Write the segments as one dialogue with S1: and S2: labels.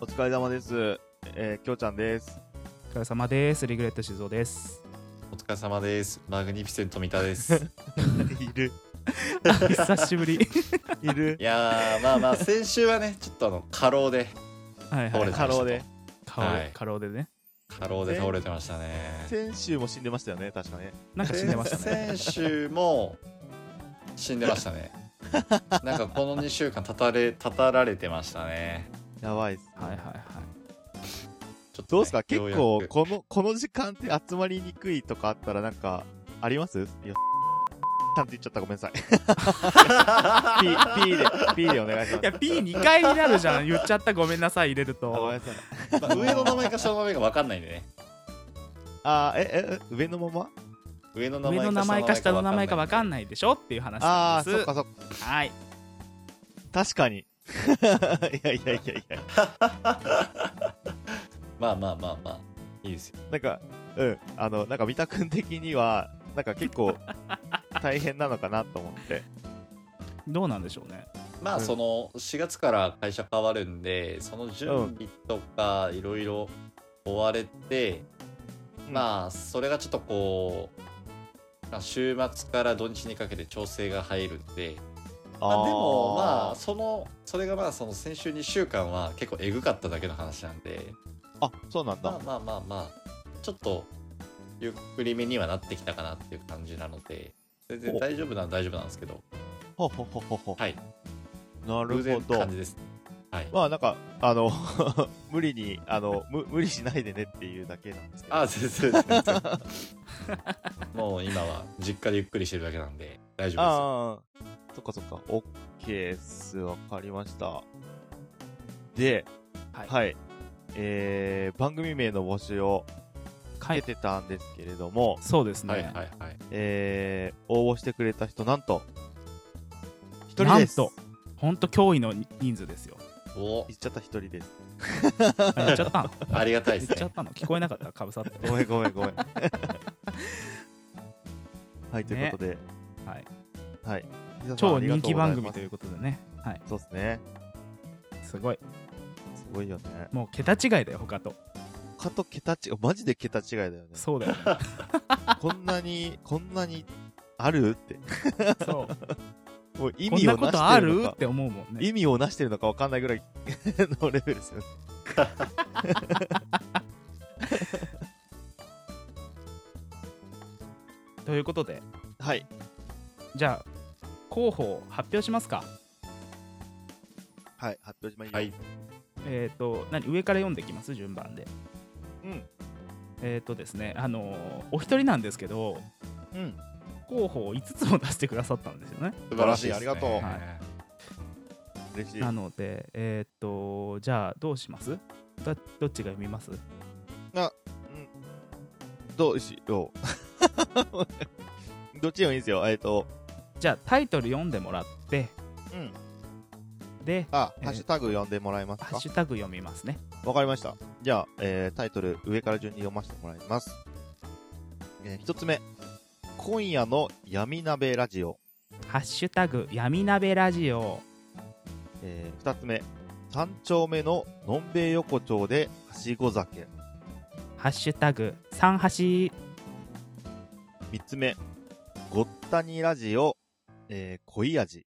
S1: お疲れ様です。えー、きょうちゃんです。
S2: お疲れ様です。リグレット静雄です。
S3: お疲れ様です。マグニフィセント三田です。
S1: いる、
S2: あ久しぶり。
S1: いる
S3: い。やー、まあまあ、先週はね、ちょっとあの過労で、
S2: はい
S3: 倒
S2: は
S3: れ
S2: い。
S3: て
S1: 過労で。
S2: 過労
S3: はい
S2: 過労でね。
S3: 過労で倒れてましたね。
S1: 先週も死んでましたよね、確かね。
S2: なんか死んでました ね。
S3: 先週も死んでましたね。なんかこの2週間たたれ、たたられてましたね。
S1: やばいっす。
S2: はいはいはい。
S3: ちょっと
S1: ど
S3: ね
S1: うすか、結
S3: ようや
S1: 構
S3: く、
S1: この、この時間って集まりにくいとかあったらなんか、ありますいや、ちゃんと言っちゃった。ごめんなさい。ピー、ピーで、ピーでお願いしま
S2: い
S1: す。
S2: や P2 回になるじゃん。言っちゃったごめんなさい入れる
S1: あごめん
S2: と。
S1: なさい。
S3: まあ上の名前か下の名前か分かんないんでね。
S1: あー、え、え、上のまま
S3: 上の名
S2: 上
S3: 前
S2: の
S3: か
S2: 名前か下の名前か
S3: わ
S2: わか
S3: い
S2: んないでしょっていう話
S1: あ
S2: なん
S1: ー、
S2: です
S1: そっ。かそっか。
S2: はい。
S1: 確かに。い やいやいやいや。
S3: まあまあまあまあ、いいですよ。
S1: なんか、うん、あの、なんか三田君的には、なんか結 構大変なのかなと思って。
S2: どうなんでしょうね。
S3: まあ、
S1: うん
S3: その4月から会社変わるんでその準備とかいろいろ追われて、
S1: うん
S3: まあそれがちょっとこうまあ週末から土日にかけて調整が入るんで、
S1: あ
S3: まあ、でも
S1: ー
S3: まあそのそれがまあその先週2週間は結構えぐかっただけの話なんで
S1: あ、そうなん
S3: ま
S1: だ
S3: あ。まあまあまあちょっとゆっくりめにはなってきたかなっていう感じなので全然
S1: お
S3: 大丈夫なら大丈夫なんですけど
S1: ほほほほほ。
S3: はい
S1: な
S3: 偶然
S1: るほ
S3: って
S1: ど
S3: 感。じです。はい、
S1: まあなんか、あの、 無理に、あの、む無理しないでねっていうだけなんですけど。
S3: あ、全然全然。もう今は実家でゆっくりしてるだけなんで大丈夫
S1: あー、そっかそっか。オッケーっす。わかりました。で、
S2: はい
S1: はい。えー、番組名の募集をかけてたんですけれども、
S2: そうです
S3: です。はいは
S2: ね
S3: い。はい。
S1: えー、応募してくれた人、なんと、一人
S2: なん
S1: です。
S2: と本当脅威の人数ですよ。
S3: お
S1: 言っちゃった一人です。
S2: あ言っちゃ ったの。
S3: ありがたい
S2: 言
S3: で
S2: っ
S3: す
S2: ちゃ
S3: ね
S2: っ。たの。聞こえなかった。かぶさって。
S1: ごめんごめんごめ ん。はい、ということで、
S2: はい。
S1: はい。ひささん
S2: 超人気番組とい。
S1: ありがとうございう
S2: ことでね。はい
S1: ま。すそうですね。
S2: すごい。
S1: すごいよね。
S2: もう桁違いだよ他と。
S1: 他と桁違い、マジで桁違いだよね。
S2: そ うだよね。
S1: こんなに、こんなに、あるって。
S2: そう。
S1: もう意
S2: こん
S1: 味
S2: な
S1: を
S2: こ
S1: な
S2: とあ
S1: してる
S2: る
S1: のか。
S2: って思うもんね。
S1: 意味をなしてるのかわかんないぐらい のレベルですよね。
S2: ということで、
S1: はい。
S2: じゃあ、候補を発表しますか。
S1: はい。発表しましょう。
S3: はい。
S2: えっ、と、何上から読んでいきます、順番で。
S1: うん。
S2: えっ、とですね、あのーお一人なんですけど、
S1: うん。
S2: 候補を5つも出してくださったんですよね。
S3: 素
S1: 素晴らしいありがとう
S3: はい
S1: 嬉しい。
S2: なので、えっ、と、じゃあ、どうしますどどっちが読みます
S1: どう しよう。どっちでもいいですよ。えっ、と、
S2: じゃあ、タイトル読んでもらって、
S1: うん。
S2: で、
S1: あ、
S2: えー
S1: ハッシュタグ読んでもらえます
S2: ハッ
S1: か
S2: シュタグ読みますね。
S1: わかりました。じゃあ、えー、タイトル上から順に読ませてもらいます。えー、一つ目。今夜の闇鍋ラジオ。
S2: ハッシュタグ闇鍋ラジオ。
S1: えー、二つ目。三丁目ののんべい横丁ではしご酒。
S2: ハッシュタグ三橋。
S1: 三つ目。ごったにラジオ、えー、濃い味。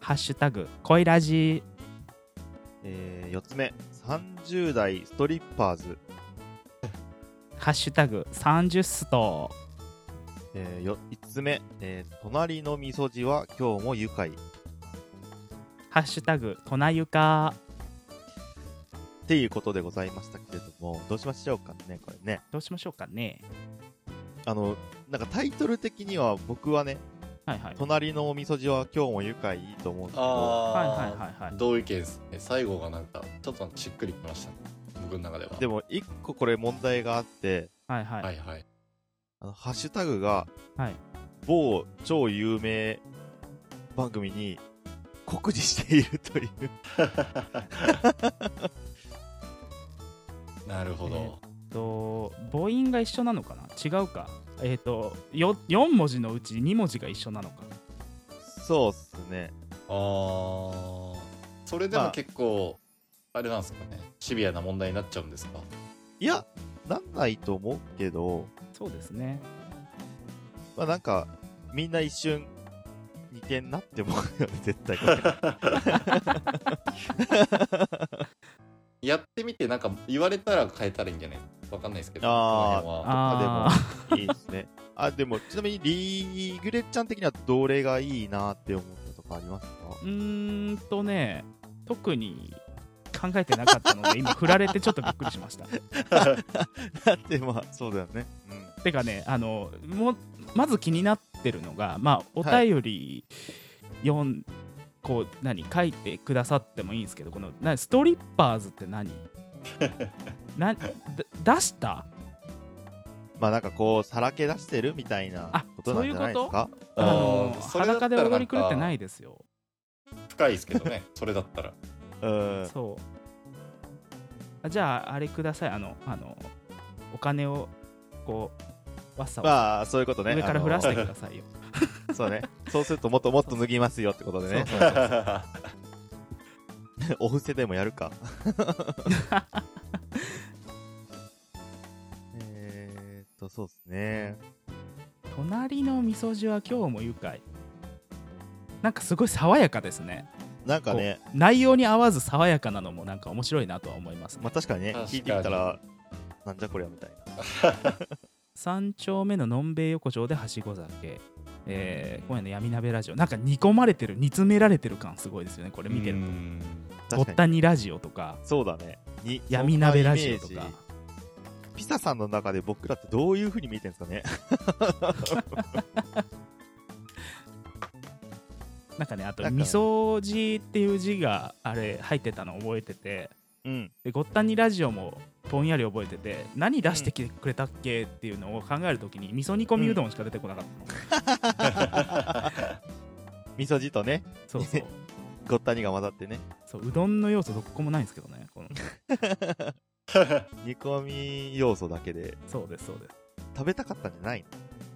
S2: ハッシュタグ恋ラジ。
S1: えー、四つ目。三十代ストリッパーズ。
S2: ハッシュタグ30スト。
S1: えー、よ、五つ目。えー、隣の味噌汁は今日も愉快。
S2: ハッシュタグトナユカ。
S1: っていうことでございましたけれども、どうしましょうかね、これね。
S2: どうしましょうかね。
S1: あの、なんかタイトル的には僕はね、
S2: はいはい。
S1: 隣のお味噌汁は今日も愉快いいと思うんですけど、
S2: はいは
S3: あ
S2: いはいは
S3: あ。
S2: い。
S3: 同意見ですね。最後がなんかちょっとしっくりきましたね。僕の中では。
S1: でも一個これ問題があって、
S2: はいはい。
S3: はいはい。
S1: あの、ハッシュタグが、
S2: はい
S1: 某超有名番組に酷似しているという。
S3: なるほど。
S2: と母音が一緒なのかな違うか。えっ、とよ4文字のうち2文字が一緒なのか。
S1: そうっすね。
S3: ああ。それで
S1: ま
S3: も
S1: あ
S3: 結構あれなんですかねシビアな問題になっちゃうんですか
S1: いや、なんないと思うけど、
S2: そうですね。
S1: まあなんか、みんな一瞬、似てんなって思うよね、 絶対これ。
S3: やってみてなんか言われたら変えたらいいんじゃないわかんないですけど
S1: あー
S3: この辺は
S1: あ
S2: あ
S1: でも、いいですね。あ、でも、ちなみに、リーグレッちゃん的にはどれがいいなって思ったとかありますか
S2: うーんとね、特に考えてなかったので、今、振られてちょっとびっくりしました。
S1: だって、まあ、そうだよね。うん。
S2: てかね、あのもうまず気になってるのが、まあ、お便り読ん、こう何書いてくださってもいいんですけど、このなストリッパーズって 何なだ出した
S1: まあなんかこう、さらけ出してるみたいな
S2: あ
S1: ことなんじゃないですか
S2: あの
S3: うんそれだっ
S2: 裸
S3: たら
S2: で踊り狂って
S3: なんか
S2: ないですよ。
S3: 深いですけど ねそれだったら
S1: うん。
S2: そうあじゃああれくださいあのあのお金をこうわっさわっ
S1: まあ、そういうこと
S2: さ
S1: ね。
S2: 上から降らしてく
S1: あ
S2: ださ いよ、
S1: のそうね。そうするともっともっと脱ぎますよってことでね。
S2: そうそうそう
S3: あ
S1: お布施でもやる か。えーっと、そうですね。
S2: 隣のみそじは今日も愉快なんかすごい爽やかですね
S1: なんかね、
S2: こう内容に合わず爽やかなのもなんか面白いなとは思います、ね
S1: まあ確かにね、
S3: 確か
S1: 聞
S3: に
S1: いてみたら、なんじゃこりゃみたいな。
S2: 三丁目ののんべい横丁ではしご酒、えー今夜の闇鍋ラジオなんか煮込まれてる煮詰められてる感すごいですよねこれ見てると ご
S1: 確
S2: っ
S1: か
S2: た
S1: に。
S2: にラジオとか
S1: そうだね。に
S2: 闇鍋ラジオと
S1: そんなイ
S2: か
S1: メージピサさんの中で僕らってどういう風に見えてるんですかね。
S2: なんかねあと
S1: なんか
S2: みそじっていう字があれ入ってたの覚えてて
S1: うん。
S2: でごったにラジオもぼんやり覚えてて何出してきてくれたっけっていうのを考えるときにみそ煮込みうどんしか出てこなかったの、
S1: 味噌汁とね、
S2: そうそう
S1: ごったにが混ざってね。
S2: そううどんの要素どこもないんですけどねこの
S1: 煮込み要素だけで、
S2: そうですそうです
S1: 食べたかったんじゃない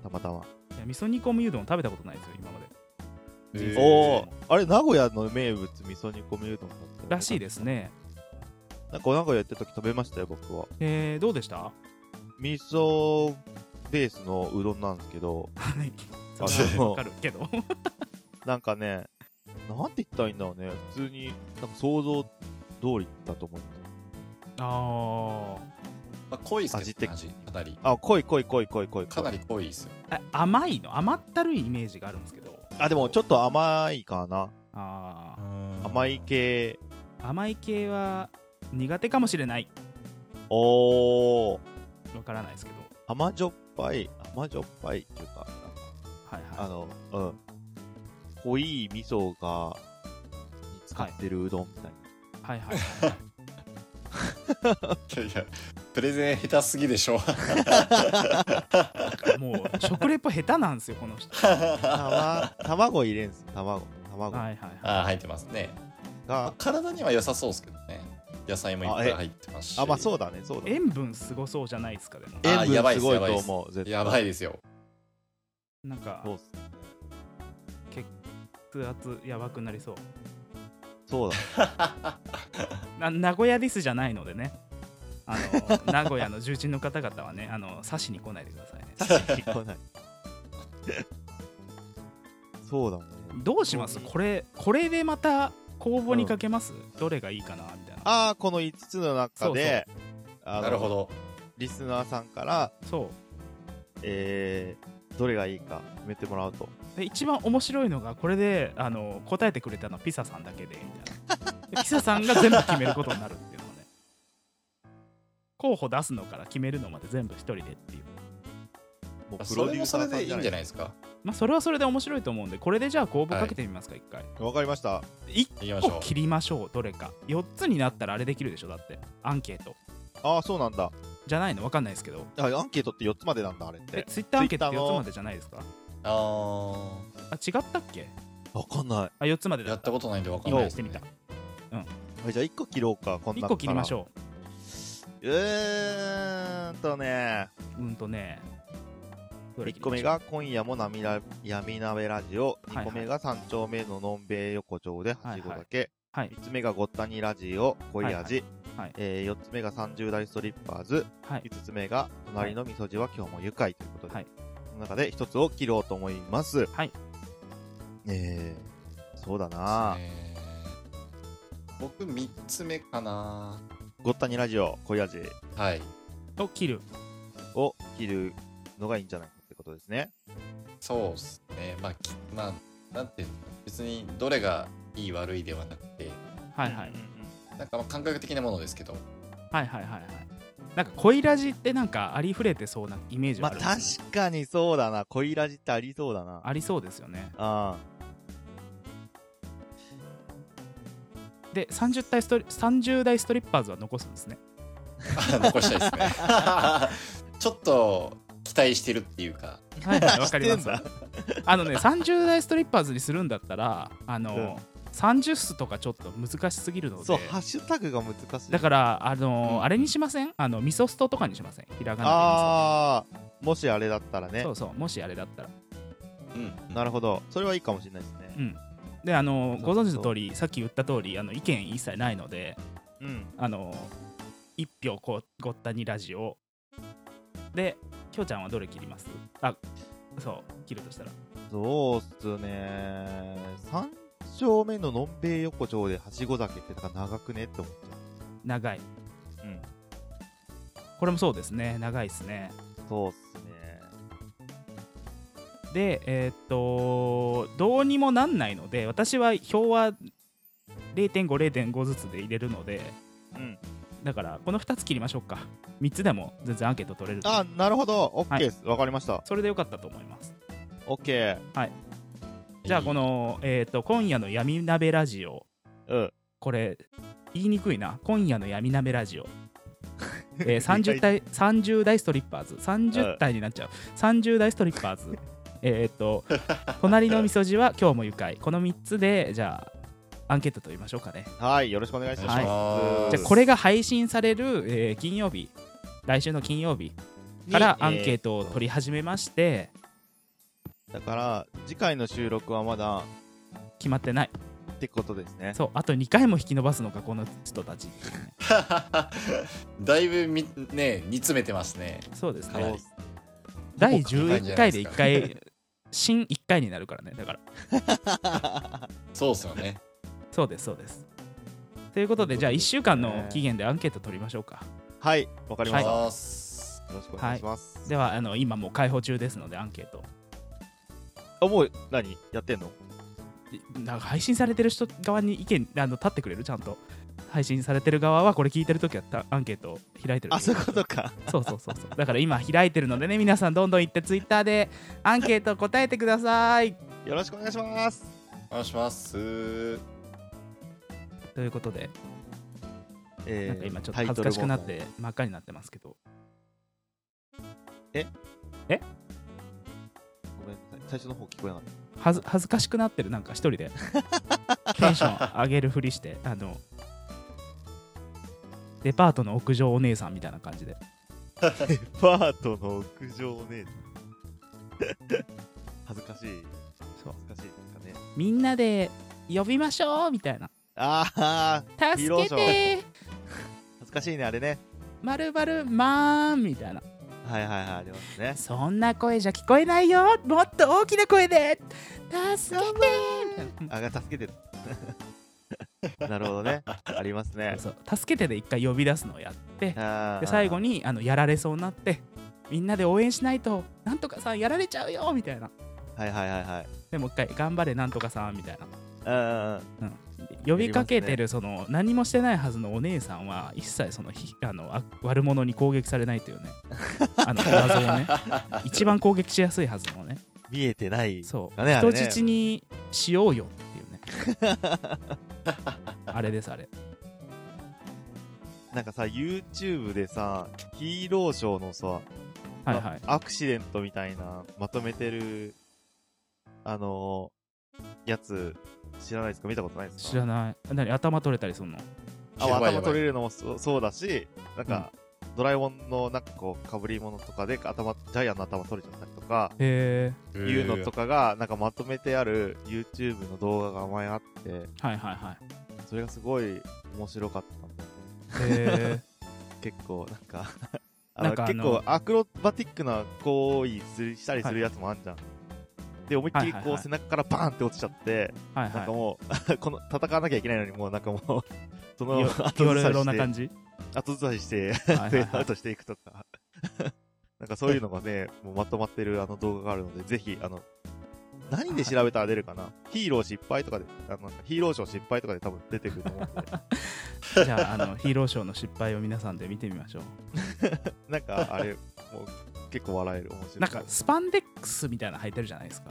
S1: のたまたま。
S2: いやみそ煮込みうどん食べたことないですよ今まで
S3: えー
S1: おー、あれ、名古屋の名物、味噌煮込みうどんだった
S2: らしいです。ね
S1: なんか名古屋やってた時食べましたよ、僕は。
S2: えー、どうでしたは
S1: 味噌ベースのうどんなんですけど、
S2: いそれはわかるけど
S1: なんかね、なんて言ったらいいんだろうね。普通に、なんか想像通りだと思うんですよ
S2: あ
S3: まあ濃いです
S1: 味って
S3: けどね味かなり
S1: あ、濃い濃い濃い濃い濃い濃い。
S3: かなり濃いですよ
S2: ーあ甘いの甘ったるいイメージがあるんですけど
S1: あ、でもちょっと甘いかな。
S2: あー
S1: 甘い系。
S2: 甘い系は苦手かもしれない
S1: おー。
S2: わからないですけど
S1: 甘じょっぱい、甘じょっぱいっていうか、
S2: はい
S1: あ
S2: は
S1: の、うん。濃い味噌が、に使ってるうどんみたいな。
S2: いはいはいはいはい
S3: いやいやプレゼン下手すぎでしょ
S2: だからもう食レポ下手なんですよこの人
S1: たま、卵入れんす。卵。卵
S2: はいはいは
S3: あー入ってますね
S1: が、
S3: 体には良さそうですけどね野菜もいっぱい入ってますし
S1: あ、まあそうだね、そうだ
S2: い
S1: ね。
S2: 塩分すごそうじゃないですかでも
S3: えあ
S1: 塩
S3: やば
S1: 分
S3: いっ
S1: す
S3: す
S1: ごいと思う、絶対。
S3: やばいですよ
S2: なんか
S1: そうっすね。
S2: 熱々やばくなりそう
S1: そうだね。
S2: な名古屋ディスじゃないのでねあ の名古屋の重鎮の方々はねあの刺しに来ないでくださいね
S1: 聞こえない。そうだね。
S2: どうしますこれこれでまた公募にかけます、どれがいいかなみたいな
S1: ああ、この5つの中で、あの
S3: なるほ。ど
S1: リスナーさんから、
S2: そう
S1: えー、どれがいいか決めてもらうと。
S2: で一番面白いのがこれであの答えてくれたのはピサさんだけでみたいなでピサさんが全部決めることになるっていうのね候補出すのから決めるのまで全部一人でっていう
S1: もうプ
S3: そ
S1: ロ
S3: れ
S1: デュー
S3: も
S1: サ
S3: そ
S1: ー
S3: れ
S1: さん
S3: でいいんじゃ
S1: ない
S3: ないですか
S2: まあそれはそれで面白いと思うんでこれでじゃあ公募かけてみますか、一回
S1: わかりました。
S2: 一
S3: いきまし
S2: 個
S3: ょ
S2: 切りましょうどれか4つになったらあれできるでしょだってアンケート
S1: ああ、そうなんだ。
S2: じゃないのわかんないですけど
S1: あアンケートって4つまでなんだ、あれって。
S2: えツイッターアンケートって
S1: Twitter の
S2: 4つまでじゃないですか
S3: うあ
S2: あ違ったっけ
S1: わかんない。
S2: あ4つまで
S3: ーや
S2: だ
S3: っ
S2: った
S3: たことないんでわかん
S2: 今
S3: な
S2: や
S3: いで
S2: っ
S3: す
S2: てみた
S1: はいじゃあ1個切ろうか、こんな
S2: 1個切りまし
S1: う。
S2: ょ
S1: うーんとね、
S2: ううんとねどれ
S1: 1
S2: 切り
S1: 個
S2: ま
S1: 目
S2: しょう
S1: が今夜も涙闇鍋ラジオ、
S2: は
S1: 2
S2: いはい
S1: 個目が3丁目ののんべえ横丁ではしご酒、
S2: はい
S1: 3つ目がゴッタニラジオ、濃い味。
S2: はいはいはい
S1: えー、4つ目が30代ストリッパーズ。
S2: はい
S1: 5つ目が、隣の味噌汁は今日も愉快ということで、
S2: はい
S1: その中で1つを切ろうと思います。
S2: はい。
S1: えー、そうだな
S3: えー僕3つ目かな
S1: ゴッタニラジオ、濃い味
S3: はい
S2: を切る
S1: を切るのがいいんじゃないかってことですね。
S3: そうですねまあきまあなんていうの別にどれがいい悪いではなくて
S2: はいはい、
S1: うんうんうん
S3: なんかまあ感覚的なものですけど
S2: はいはいはいはいなんか恋ラジってなんかありふれてそうなイメージ
S1: ま
S2: は
S1: あ
S2: ある、
S1: 確かにそうだな。恋ラジってありそうだな。
S2: ありそうですよね
S1: あ
S2: で30代ストリ30代ストリッパーズは残すん ですね
S3: あ残したいですね ちょっと期待してるっていうか
S2: はいはいわかりま
S1: 知
S2: す
S1: ってんだ
S2: あのね30代ストリッパーズにするんだったらあの、30数とかちょっと難しすぎるの
S1: あ。
S2: で
S1: そう、ハッシュタグが難しい。
S2: だからあの、
S3: うん
S2: あれにしませんあのミソストとかにしませんひらがなで
S1: ああ、もしあれだったら
S2: ミ
S1: ね
S2: ソ。そうそうもしあれだったら
S3: うん
S1: なるほど。それはいいかもしれないですね
S2: う。んであのご存知
S1: そう
S2: の
S1: そう
S2: 通りさっき言った通りあの意見一切ないので
S1: うん。
S2: あの一票こうごったにラジオできょうちゃんはどれ切りますあそう切るとしたら
S1: そうっすね。三丁目ののんべい横丁ではしご酒ってなんか長くねって思っちゃ。
S2: 長いう
S1: うん。
S2: これもそうですね長いですね
S1: そうっすね。
S2: でえーっとどうにもなんないので私は票は0.50.5ずつで入れるので
S1: うん。
S2: だからこの2つ切りましょうか3つでも全然アンケート取れると思う
S1: あ、なるほど。オッケーです。わ、かりました。
S2: それでよかったと思います
S1: オッケ
S2: じゃあこの、えーっと今夜の闇鍋ラジオ
S1: ー。うん。
S2: これ言いにくいな今夜の闇鍋ラジオ、えー、30代30代ストリッパーズ30代になっちゃう30代ストリッパーズえーっと隣のみそ汁は 今日も愉快この3つでじゃあアンケート取りましょうかね
S1: はい。よろしくお願いします。
S3: はい
S2: じゃあこれが配信される、えー金曜日来週の金曜日からアンケートを取り始めまして、
S1: だから、次回の収録はまだ
S2: 決まってない
S1: ってことですね。
S2: そうあと2回も引き伸ばすのかこの人たちっていうね
S3: だいぶみね煮詰めてますね
S2: そうです
S3: は
S2: ね
S3: い
S1: そうっす
S2: 第
S3: ほぼ書
S2: 11
S3: かない
S2: 回
S3: ん
S2: で
S3: じ
S2: 1
S3: ゃない
S2: 回新1回になるからねだから
S3: そうっすよね
S2: そうですそうですということでじゃあ1週間の期限でアンケート取りましょうか
S1: はい。わかりました。よ
S3: あーす
S1: ろしくお願いします。
S2: ではあの今もう開放中ですのでアンケート
S1: あ、もう、何やってんの
S2: いなんか配信されてる人側に意見あの立ってくれるちゃんと配信されてる側はこれ聞いてるときはたアンケートを開いてる
S1: あ、そういうことか。
S2: そうそうそうそうだから今開いてるのでね皆さんどんどん行ってツイッターでアンケート答えてください
S1: よろしくお願いします。
S3: お願いします
S2: ということで
S1: えー
S2: なんか今ちょっと恥ずかしくなっ。て真っ赤になってますけど
S1: タイトル問題ごめんなさい。最初の方聞こえなかっ
S2: はず恥ずかしくなってるなんか一人でテンション上げるふりしてあのデパートの屋上お姉さんみたいな感じで
S1: た。デパートの屋上ね。 恥ずかしい。
S2: そう
S1: 恥ずかしいですかね。
S2: みんなで呼びましょうみたいな
S1: ああ、
S2: 助
S1: ロー
S2: け
S1: シ
S2: て
S1: ョー恥ずかしいね、あれね。
S2: まるまるまーんみたいな
S1: はいはいはい、あります ね。
S2: そんな声じゃ聞こえないよもっと大きな声で助けてみたい
S1: あが助けてる。 なるほどね。ありますね
S2: な。 そう助けてで一回呼び出すのをやって
S1: あー
S2: で最後にあのやられそうになってみんなで応援しないとなんとかさんやられちゃうよみたいな
S1: はいはいはいはい。
S2: でもう一回頑張れなんとかさんみたいな
S1: うんうん
S2: 呼びかけてるその、何もしてないはずのお姉さんは一切そのひあのあ悪者に攻撃されないというねあの謎 をね一番攻撃しやすいはずのね
S1: 見えてない。
S2: そう、
S1: だねあれ
S2: 人
S1: ね
S2: 質にしようよっていうね あれですあれ
S1: なんかさ、YouTube でさ、ヒーローショーのさ、
S2: はいはい
S1: アクシデントみたいな、まとめてる、あのーやつ、知らないですか見たことないですか
S2: 知らない何頭取れたりすんの
S1: あ
S3: やば
S1: 頭
S3: いやばい
S1: 取れるのもそそうだし、なんか、ドラえもんのなんかこう、かぶり物とかで頭、ジャイアンの頭取れちゃったりとか、
S2: へえ
S1: いうのとかが、なんかまとめてある YouTube の動画が前あって、
S2: はいはいはい
S1: それがすごい面白かったんだよね。
S2: へ
S1: 結構なん かあ
S2: な
S1: の
S2: んかあの
S1: 結構アクロバティックな行為するしたりするやつもあんじゃん、で思いっきりこう、
S2: はいはいはい
S1: 背中からバーンって落ちちゃって、
S2: え は
S1: な
S2: い
S1: んか
S2: は
S1: もう この戦わなきゃいけないのにもうなん かもうそ
S2: い
S1: の
S2: よ
S1: 後
S2: よろ
S1: ずさ
S2: よ
S1: り
S2: ろな
S1: して
S2: 感じ
S1: 後ずさりして
S2: はいはい
S1: で
S2: は
S1: アウ
S2: い
S1: トしていくとか なんかそういうのがねもうまとまってるあの動画があるのでぜひあの何で調べたら出るかな、ヒーロー失敗とかであのなんかヒーローショー失敗とかで多分出てくると思うんで
S2: じゃああのヒーローショーの失敗を皆さんで見てみましょう
S1: なんかあれもう結構笑える面白い
S2: なんかスパンデックスみたいなの履いてるじゃないですか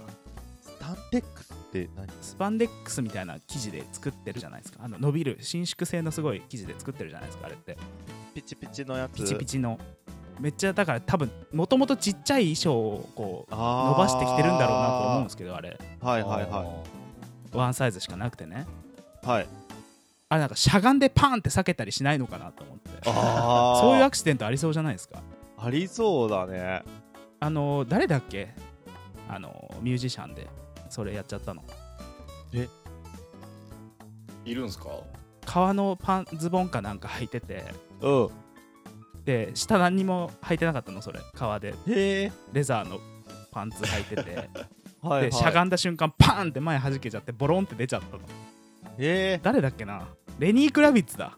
S1: スタンテックスって何
S2: スパンデックスみたいな生地で作ってるじゃないですかあの伸びる伸縮性のすごい生地で作ってるじゃないですかあれって
S1: ピチピチのやつ
S2: ピチピチのめっちゃだから多分もともとちっちゃい衣装をこう伸
S1: 伸
S2: ばしてきてるんだろうなと思うんですけどあれ
S1: はいはいは
S2: ワンサイズしかなくてね
S1: いはい
S2: あれなんかしゃがんでパンって避けたりしないのかなと思って
S1: あー
S2: そういうアクシデントありそうじゃないですか
S1: ありそうだね
S2: あの誰だっけあのミュージシャンでそれやっちゃったの
S3: いるんすか
S2: 革のパンズボンかなんか履いてて
S1: うん
S2: で下何にも履いてなかったのそれ革で
S1: へえ
S2: レザーのパンツ履いてて
S1: はい、はい、
S2: でしゃがんだ瞬間パーンって前弾けちゃってボロンって出ちゃったの
S1: へ
S2: 誰だっけなレニー・クラビッツだ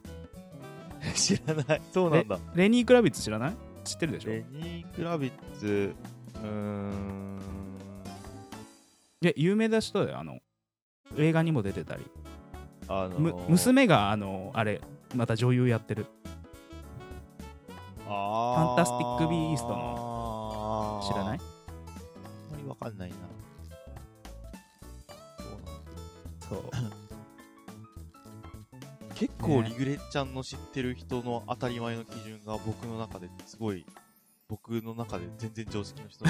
S1: え知らないそうなんだ
S2: レニー・クラビッツ知らない知ってるでしょ
S1: レニー・クラビッツうーん
S2: いや有名な人だよあの映画にも出てたり、
S1: あのー
S2: む娘があのあれまた女優やってる
S1: あ
S2: ファンタスティックビースト
S1: の
S2: 知らない
S1: あんまりわかんないなそうなんだ
S2: そう
S1: 結構
S2: ね
S1: リグレッちゃんの知ってる人の当たり前の基準が僕の中ですごい僕の中で全然常識の人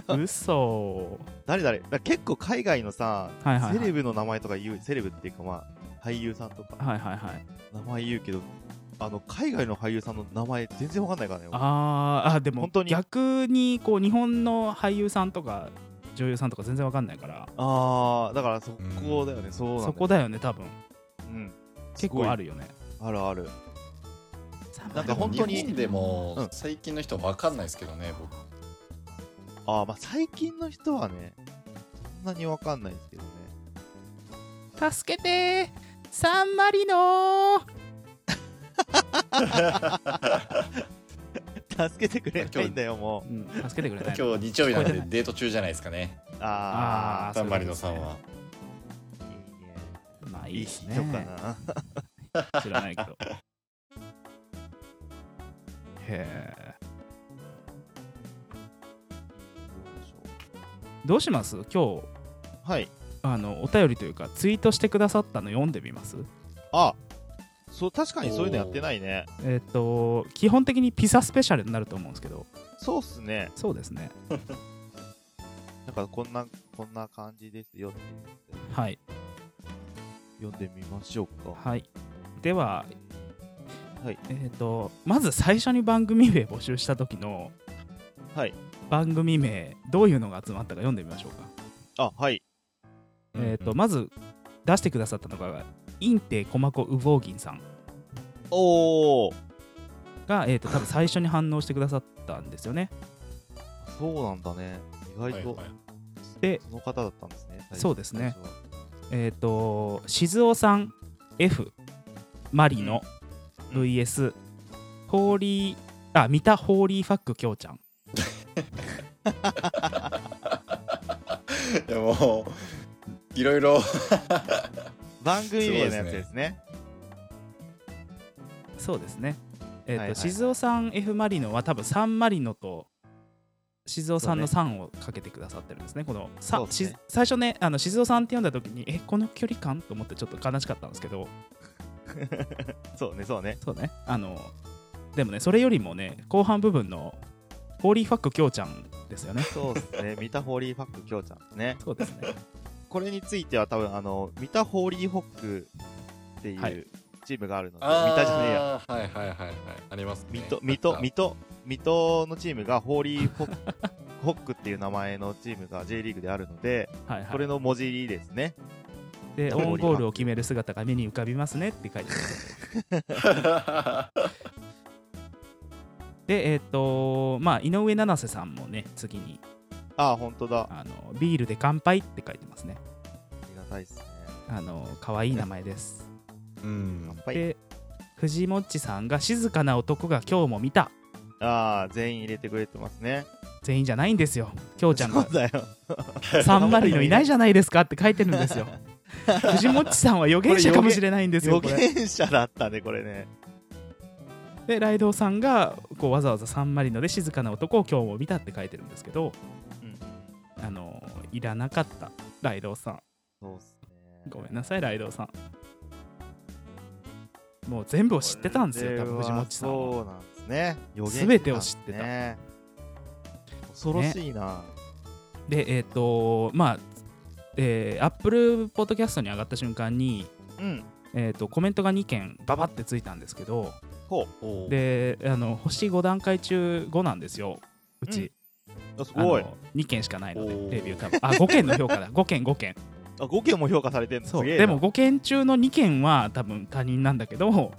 S1: だ
S2: 嘘
S1: 誰誰だから結構海外のさ、
S2: はいはいはい
S1: セレブの名前とか言うセレブっていうかまあ俳優さんとか
S2: はいはいはい
S1: 名前言うけどあの海外の俳優さんの名前全然わかんないからね俺
S2: あーあでも
S1: 本当に
S2: 逆にこう日本の俳優さんとか女優さんとか全然わかんないから
S1: ああだからそこだよね、そうなんだよ
S2: そこだよね多分
S1: うん
S2: 結構あ
S1: る
S2: るよね
S1: あるあるなん
S3: で
S1: か
S3: も
S1: 本当に
S3: 日本で
S1: う
S3: も
S1: ん
S3: 最近の人わかんないですけどね僕
S1: ああまあ最近の人はねそんなにわかんないですけどね
S2: 助けてーサンマリノー
S1: 助けてくれないんだよも
S2: うん助けてくれない
S3: 今日日曜日なんでデート中じゃないですかね
S1: うああ
S2: あー
S3: サンマリノさんは。
S1: いいね。
S2: まあい
S1: い
S2: い
S1: い
S2: です
S1: 人
S2: ね
S1: かな。
S2: 知らないけどへえどうします今日
S1: はい。
S2: あのお便りというかツイートしてくださったの読んでみます
S1: あそう、確かにそういうのやってないね。
S2: えっ、と基本的にピザスペシャルになると思うんですけど
S1: そうっすね。
S2: そうですね
S1: なんかこんな、こんな感じですよっていう
S2: はい
S1: ので読んでみましょうか。
S2: はいでは
S1: はい。
S2: えっ、とまず最初に番組名募集した時の
S1: はい。
S2: 番組名どういうのが集まったか読んでみましょうか、
S1: あ、はい。
S2: えっ、とまず出してくださったのがインテ駒子ウボウギンさん
S1: おー
S2: が、えー、と多分最初に反応してくださったんですよね。
S1: そうなんだね。意
S3: は
S1: 外
S3: いはい
S1: と、
S2: で
S1: その方だったんですね。最初
S2: そうですね。
S1: 最初は
S2: えっ、と、静雄さん、F、マリノ、
S1: うん
S2: VS、ホーリー、あ、三田ホーリーファック、きょうちゃん。
S3: いやもういろいろ
S1: 番組名のや
S3: すご
S1: つ
S3: いですね
S1: ですね。
S2: そうですね。えっ、
S1: はいはい
S2: と、
S1: はい
S2: 静雄さん、F マリノは多分サンマリノと、静雄さんの
S1: そ
S2: 3をかけてくださってるんですね。このさ
S1: そうですね
S2: し最初ね、あの静雄さんって読んだ時に、え、この距離感と思ってちょっと悲しかったんですけど、
S1: そうね、そうね。
S2: そうね。あの、でもね、それよりもね、後半部分の、ホーリーファックきょうちゃんですよね。
S1: そうですね。ミタホーリーファックきょうちゃんですね。
S2: そうですね。
S1: これについては多分あの、ミタホーリーホックってい
S2: はいう
S1: チームがあるので、
S3: あー
S1: 三田じゃねえや。
S3: はいはいはいはい。ありますね。
S1: 水戸、水戸、水戸、水戸のチームがホーリーホッホックっていう名前のチームが J リーグであるので、
S2: はいは
S1: これ
S2: い、
S1: の文字入りですね。
S2: でオウンゴールを決める姿が目に浮かびますねって書いてある
S3: あった。
S2: でえっ、とまあ井上七瀬さんもね次に
S1: ああ、本当だ。
S2: あのビールで乾杯って書いてますね
S1: ありがたいっすね。
S2: あの可愛い名前です
S3: うん。
S1: 乾杯。
S2: で藤もっちさんが静かな男が今日も見た
S1: ああ、全員入れてくれてますね。
S2: 全員じゃないんですよ京ちゃん
S1: そ
S2: が
S1: うだよ。
S2: 304のいないじゃないですかって書いてるんですよ藤もっちさんは予言者かもしれないんですよ
S1: 予
S2: これ
S1: 言者だったね、これね。
S2: でライドウさんがこうわざわざサンマリノで静かな男を今日も見たって書いてるんですけど
S1: うん。
S2: あのいらなかったライドウさん
S1: そうっすね。
S2: ごめんなさいライドウさんもう全部を知ってたんですよ多分藤もっちさんは
S1: そうなんですね。予言者
S2: 全てを知ってた
S1: ね恐ろしいな。
S2: でえっ、とまあえー、Apple Podcast に上がった瞬間に、
S1: うん。
S2: えー、とコメントが2件ババってついたんですけど
S1: ほ
S3: おー、
S2: であの星5段階中5なんですようち、
S1: う。あすごい
S2: あ。の2件しかないの
S3: おー
S2: でレビュー多分あ5件の評価だ5件5件
S1: あ、5件も評価されてんの
S2: そ
S1: す
S2: う
S1: げえな
S2: でも5件中の2件は多分他人なんだけど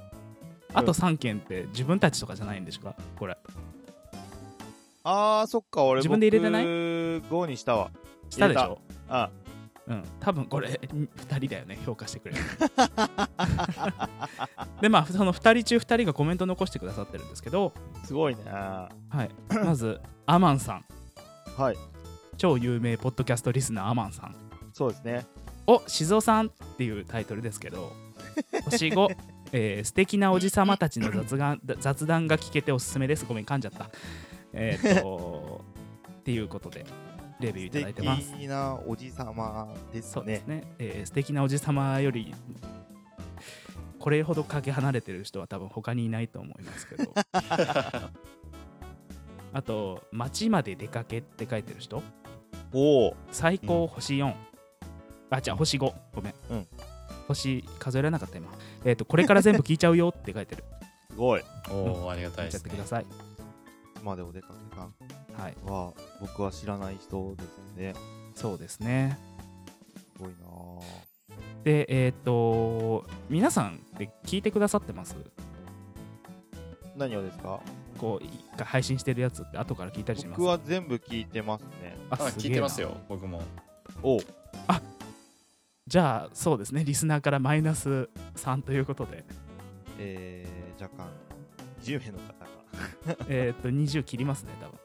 S2: あと3件って自分たちとかじゃないんでしょうかこれ
S1: あー、そっか、俺
S2: 自分で入れてない
S1: 僕 ?5 にしたわ。
S2: したでしょ
S1: あ、
S2: うん、多分これ2人だよね評価してくれる でまあその2人中2人がコメント残してくださってるんです けど、
S1: すごいね。は
S2: はい、まずアマンさん
S1: い。
S2: 超有名ポッドキャストリスナーアマンさん
S1: そうですね。
S2: を静雄さんっていうタイトルですけど星5、えー素敵なおじさまたちの雑談雑談が聞けておすすめですごめん噛んじゃったえーっとっていうことでレビューいただいてます
S1: 素敵なおじさまです
S2: そうで
S1: ね
S2: す。ねえー素敵なおじさまよりこれほどかけ離れてる人は多分他にいないと思いますけ どあと「街まで出かけ」って書いてる人
S1: おお。
S2: 最高星4、あ違う星5ごめん、
S1: うん
S2: 星数えられなかった今えっ、とこれから全部聞いちゃうよって書いてる
S1: すごい。
S3: おーありがた
S2: 聞
S3: い
S2: い
S3: で
S2: ちゃっ
S3: す
S2: て
S3: ね
S2: くだ。さい、
S1: までお出かけ感
S2: はい
S1: は、僕は知らない人ですね。
S2: そうですね
S1: すごいなー
S2: でえっ、と皆さんって聞いてくださってます
S1: 何をですか
S2: こう一回配信してるやつって後から聞いたりします
S1: 僕は全部聞いてますね。
S2: あ
S3: あ、聞いてますよ、僕も。
S1: おう
S2: じゃあそうですねリスナーからマイナス3ということで
S1: えー、若干、10名の方が。
S2: えーっと20切りますね多分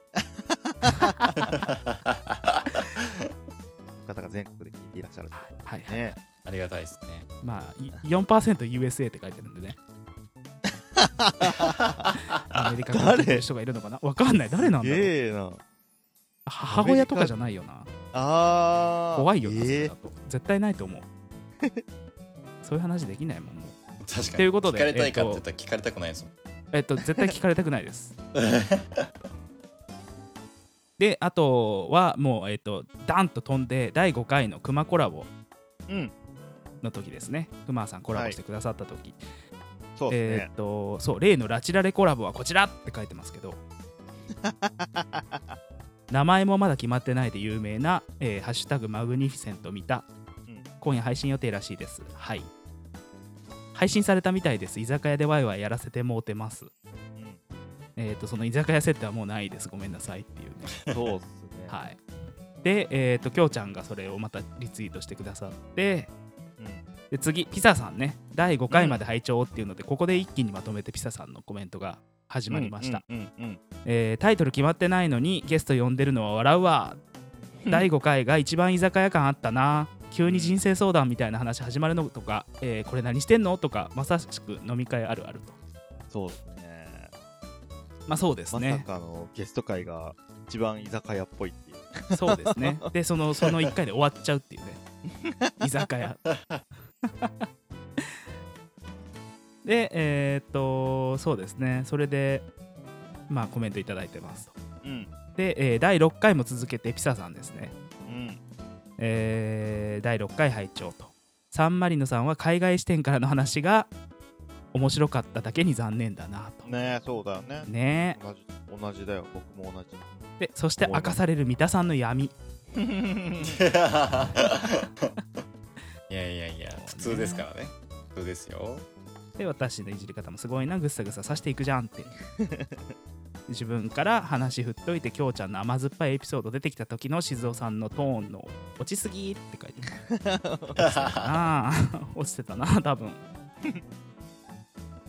S1: 方が全国で聞いていらっしゃるというこ
S2: はい
S1: と
S2: は
S1: で
S2: い
S1: ね。
S3: ありがたいですね。
S2: まあい 4%USA って書いてるんでね アメリカから来てる人がいるのかなわかんない誰なんだろう
S1: ええな。
S2: 母親とかじゃないよな
S1: あー。
S2: 怖いよな、それ
S1: え
S2: だと絶対ないと思う そういう話できないもんもう
S3: 確か
S2: とい
S3: に。
S2: うことで
S3: 聞かれたいかって
S2: え
S3: 言
S2: っ
S3: ったら聞かれたくないですもん。
S2: えっと絶対聞かれたくな いですであとはもうえっとダンと飛んで第5回のクマコラボ
S1: ーうん。
S2: の時ですね。クマさんコラボしてくださった時、
S1: そうです
S2: え
S1: ね
S2: ー。っとそう例のラチラレコラボはこちらって書いてま すけど、名前もまだ決まってないで有名な、えーハッシュタグマグニフィセント見た、
S1: うん
S2: 今夜配信予定らしいです。はい。配信されたみたいです。居酒屋でワイワイやらせてもうてます。
S1: うん
S2: えーっ、とその居酒屋設定はもうないです。ごめんなさいっていうね。
S1: そうっすね。
S2: はい。で、えーっ、と、きょうちゃんがそれをまたリツイートしてくださって、
S1: うん
S2: で次ピサさんね第5回まで拝聴っていうので、ここで一気にまとめてピサさんのコメントが始まりました、。
S1: うんうんうん
S2: えータイトル決まってないのにゲスト呼んでるのは笑うわ
S1: うん
S2: 第5回が一番居酒屋感あったな急に人生相談みたいな話始まるのとか、えーこれ何してんのとかまさしく飲み会あるあると
S1: そうですね。
S2: まあそうです
S1: まさ
S2: ね、
S1: かのゲスト会が一番居酒屋っぽいっていう。
S2: そうですねでそのその1回で終わっちゃうっていう ね居酒屋でえーっとそうですねそれでまあコメントいただいてますと
S1: うん。
S2: で、えー第6回も続けてピサさんですね、
S1: うん。
S2: えー第6回拝聴とサンマリノさんは海外視点からの話が面白かっただけに残念だなと。ね
S1: ねえ、そうだよね。同じ、同じだよ。僕も同じ。
S2: でそして明かされる三田さんの闇
S3: いやいやいや普通ですからね普通ですよ
S2: で私のいじり方もすごいなぐっさぐっささしていくじ ゃんって自分から話振っといてきょうちゃんの甘酸っぱいエピソード出てきた時の静雄さんのトーンの「落ちすぎ」って書いてある ああ落ちてたな多分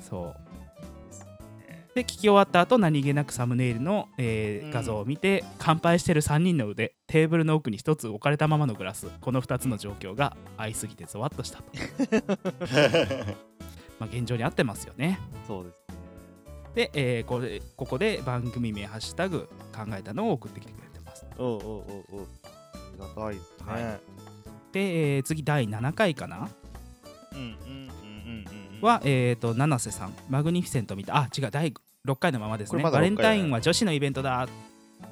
S2: そうで聞き終わった後何気なくサムネイルの、えー
S1: うん
S2: 画像を見て、乾杯してる3人の腕テーブルの奥に1つ置かれたままのグラスこの2つの状況が合いすぎてゾワッとしたとまあ現状に合ってますよね
S1: そうです
S2: で、えーこれここで番組名「ハッシュタグ考えたの」を送ってきてくれてます
S1: ね。おうおうおうおう。ありがたいですね。
S2: はで、えー次第7回かな
S1: うんうんうんうんうん。
S2: は、えー、と七瀬さんマグニフィセント見たあ違う第6回のままです
S1: これ
S2: ね
S1: まだ
S2: バレ
S1: 六回
S2: ンタインは女子のイベントだ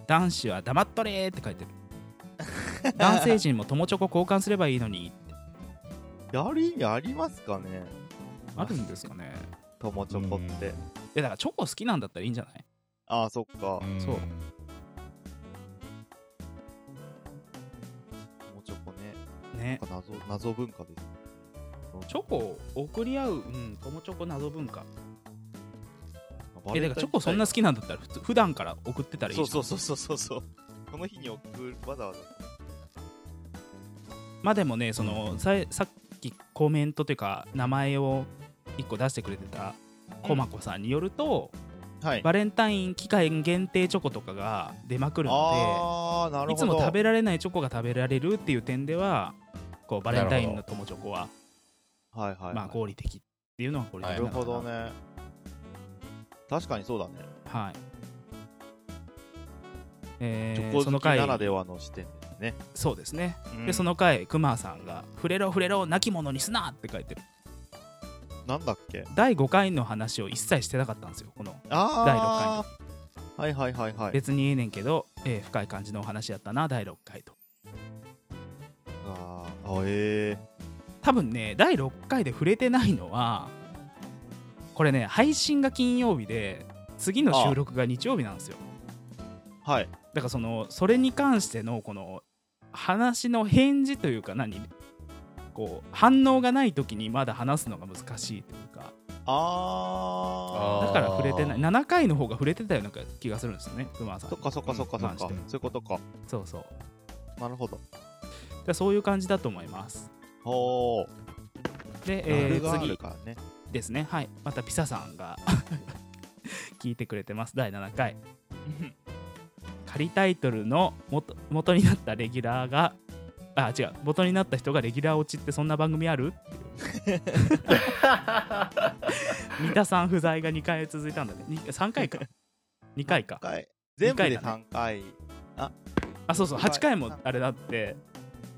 S2: 男子は黙っとれーって書いてる男性陣も友チョコ交換すればいいのに
S1: やる意味ありますかね
S2: あるんですかね
S1: 友チョコって。
S2: いやだからチョコ好きなんだったらいいんじゃない
S1: ああ、そっか。
S3: ん
S2: そう
S1: 友チョコね。
S2: ね
S1: なんか謎、謎文化です。
S2: チョコを送り合う、うん、友チョコ謎文化
S1: バ
S2: え
S1: レン
S2: だか
S1: タイン
S2: らチョコそんな好きなんだったら普通普段から送ってたらいいじ
S1: そ
S2: ゃ
S1: うんそうそうそうそうそう。この日に送る、わざわざ。
S2: まあでもねそのささっきコメントというか名前を1個出してくれてたコマコさんによると、
S1: はい。
S2: バレンタイン期間限定チョコとかが出まくるの
S1: ああ、な
S2: で
S1: る
S2: い
S1: ほ
S2: つ
S1: ど。
S2: も食べられないチョコが食べられるっていう点ではこうバレンタインの友チョコは
S1: はいはいはい。
S2: まあ合理的っていうのは合理
S1: な
S2: 的な
S1: る
S2: のか
S1: ほ
S2: な、
S1: どね。確かにそうだね。
S2: はいえ
S1: チョ
S2: ー
S1: コ
S2: そ
S1: 好
S2: の
S1: きな
S2: 回
S1: らではの視点ですね。
S2: そうですね、
S1: うん
S2: でその回クマさんが「触れろ触れろ亡き者にすな!」って書いてる
S1: なんだっけ
S2: 第5回の話を一切してなかったんですよこの
S1: ああ、はいはいはいはい。
S2: 別にええねんけど、えー深い感じのお話やったな第6回と
S1: あーあ、え
S2: 多分ね第6回で触れてないのはこれね配信が金曜日で次の収録が日曜日なんですよ
S1: えはい。
S2: だからそのそれに関してのこの話の返事というか何こう反応がない時にまだ話すのが難しいというか
S1: あ
S2: だから触れてない
S3: あー
S2: 7回の方が触れてたような気がするんですよね熊
S1: あ、
S2: さん
S1: そっかそっかそっかそっか。
S2: う
S1: そう
S2: ん
S1: いうことか。
S2: そうそう
S1: なるほど。
S2: だからそういう感じだと思います
S1: ほー。
S2: で、
S1: え
S2: え
S1: があ
S2: ー、
S1: る
S2: 次
S1: からね。
S2: ですねはいまたピサさんが 聞いてくれてます第7回 仮タイトルの元元になったレギュラーがあ違う元になった人がレギュラー落ちってそんな番組ある っていう三田さん不在が2回続いたんだねに3回か2回か
S1: 三回全部で
S2: 二回だ
S1: 3回、
S2: あそうそう
S1: 三回
S2: 8回もあれだって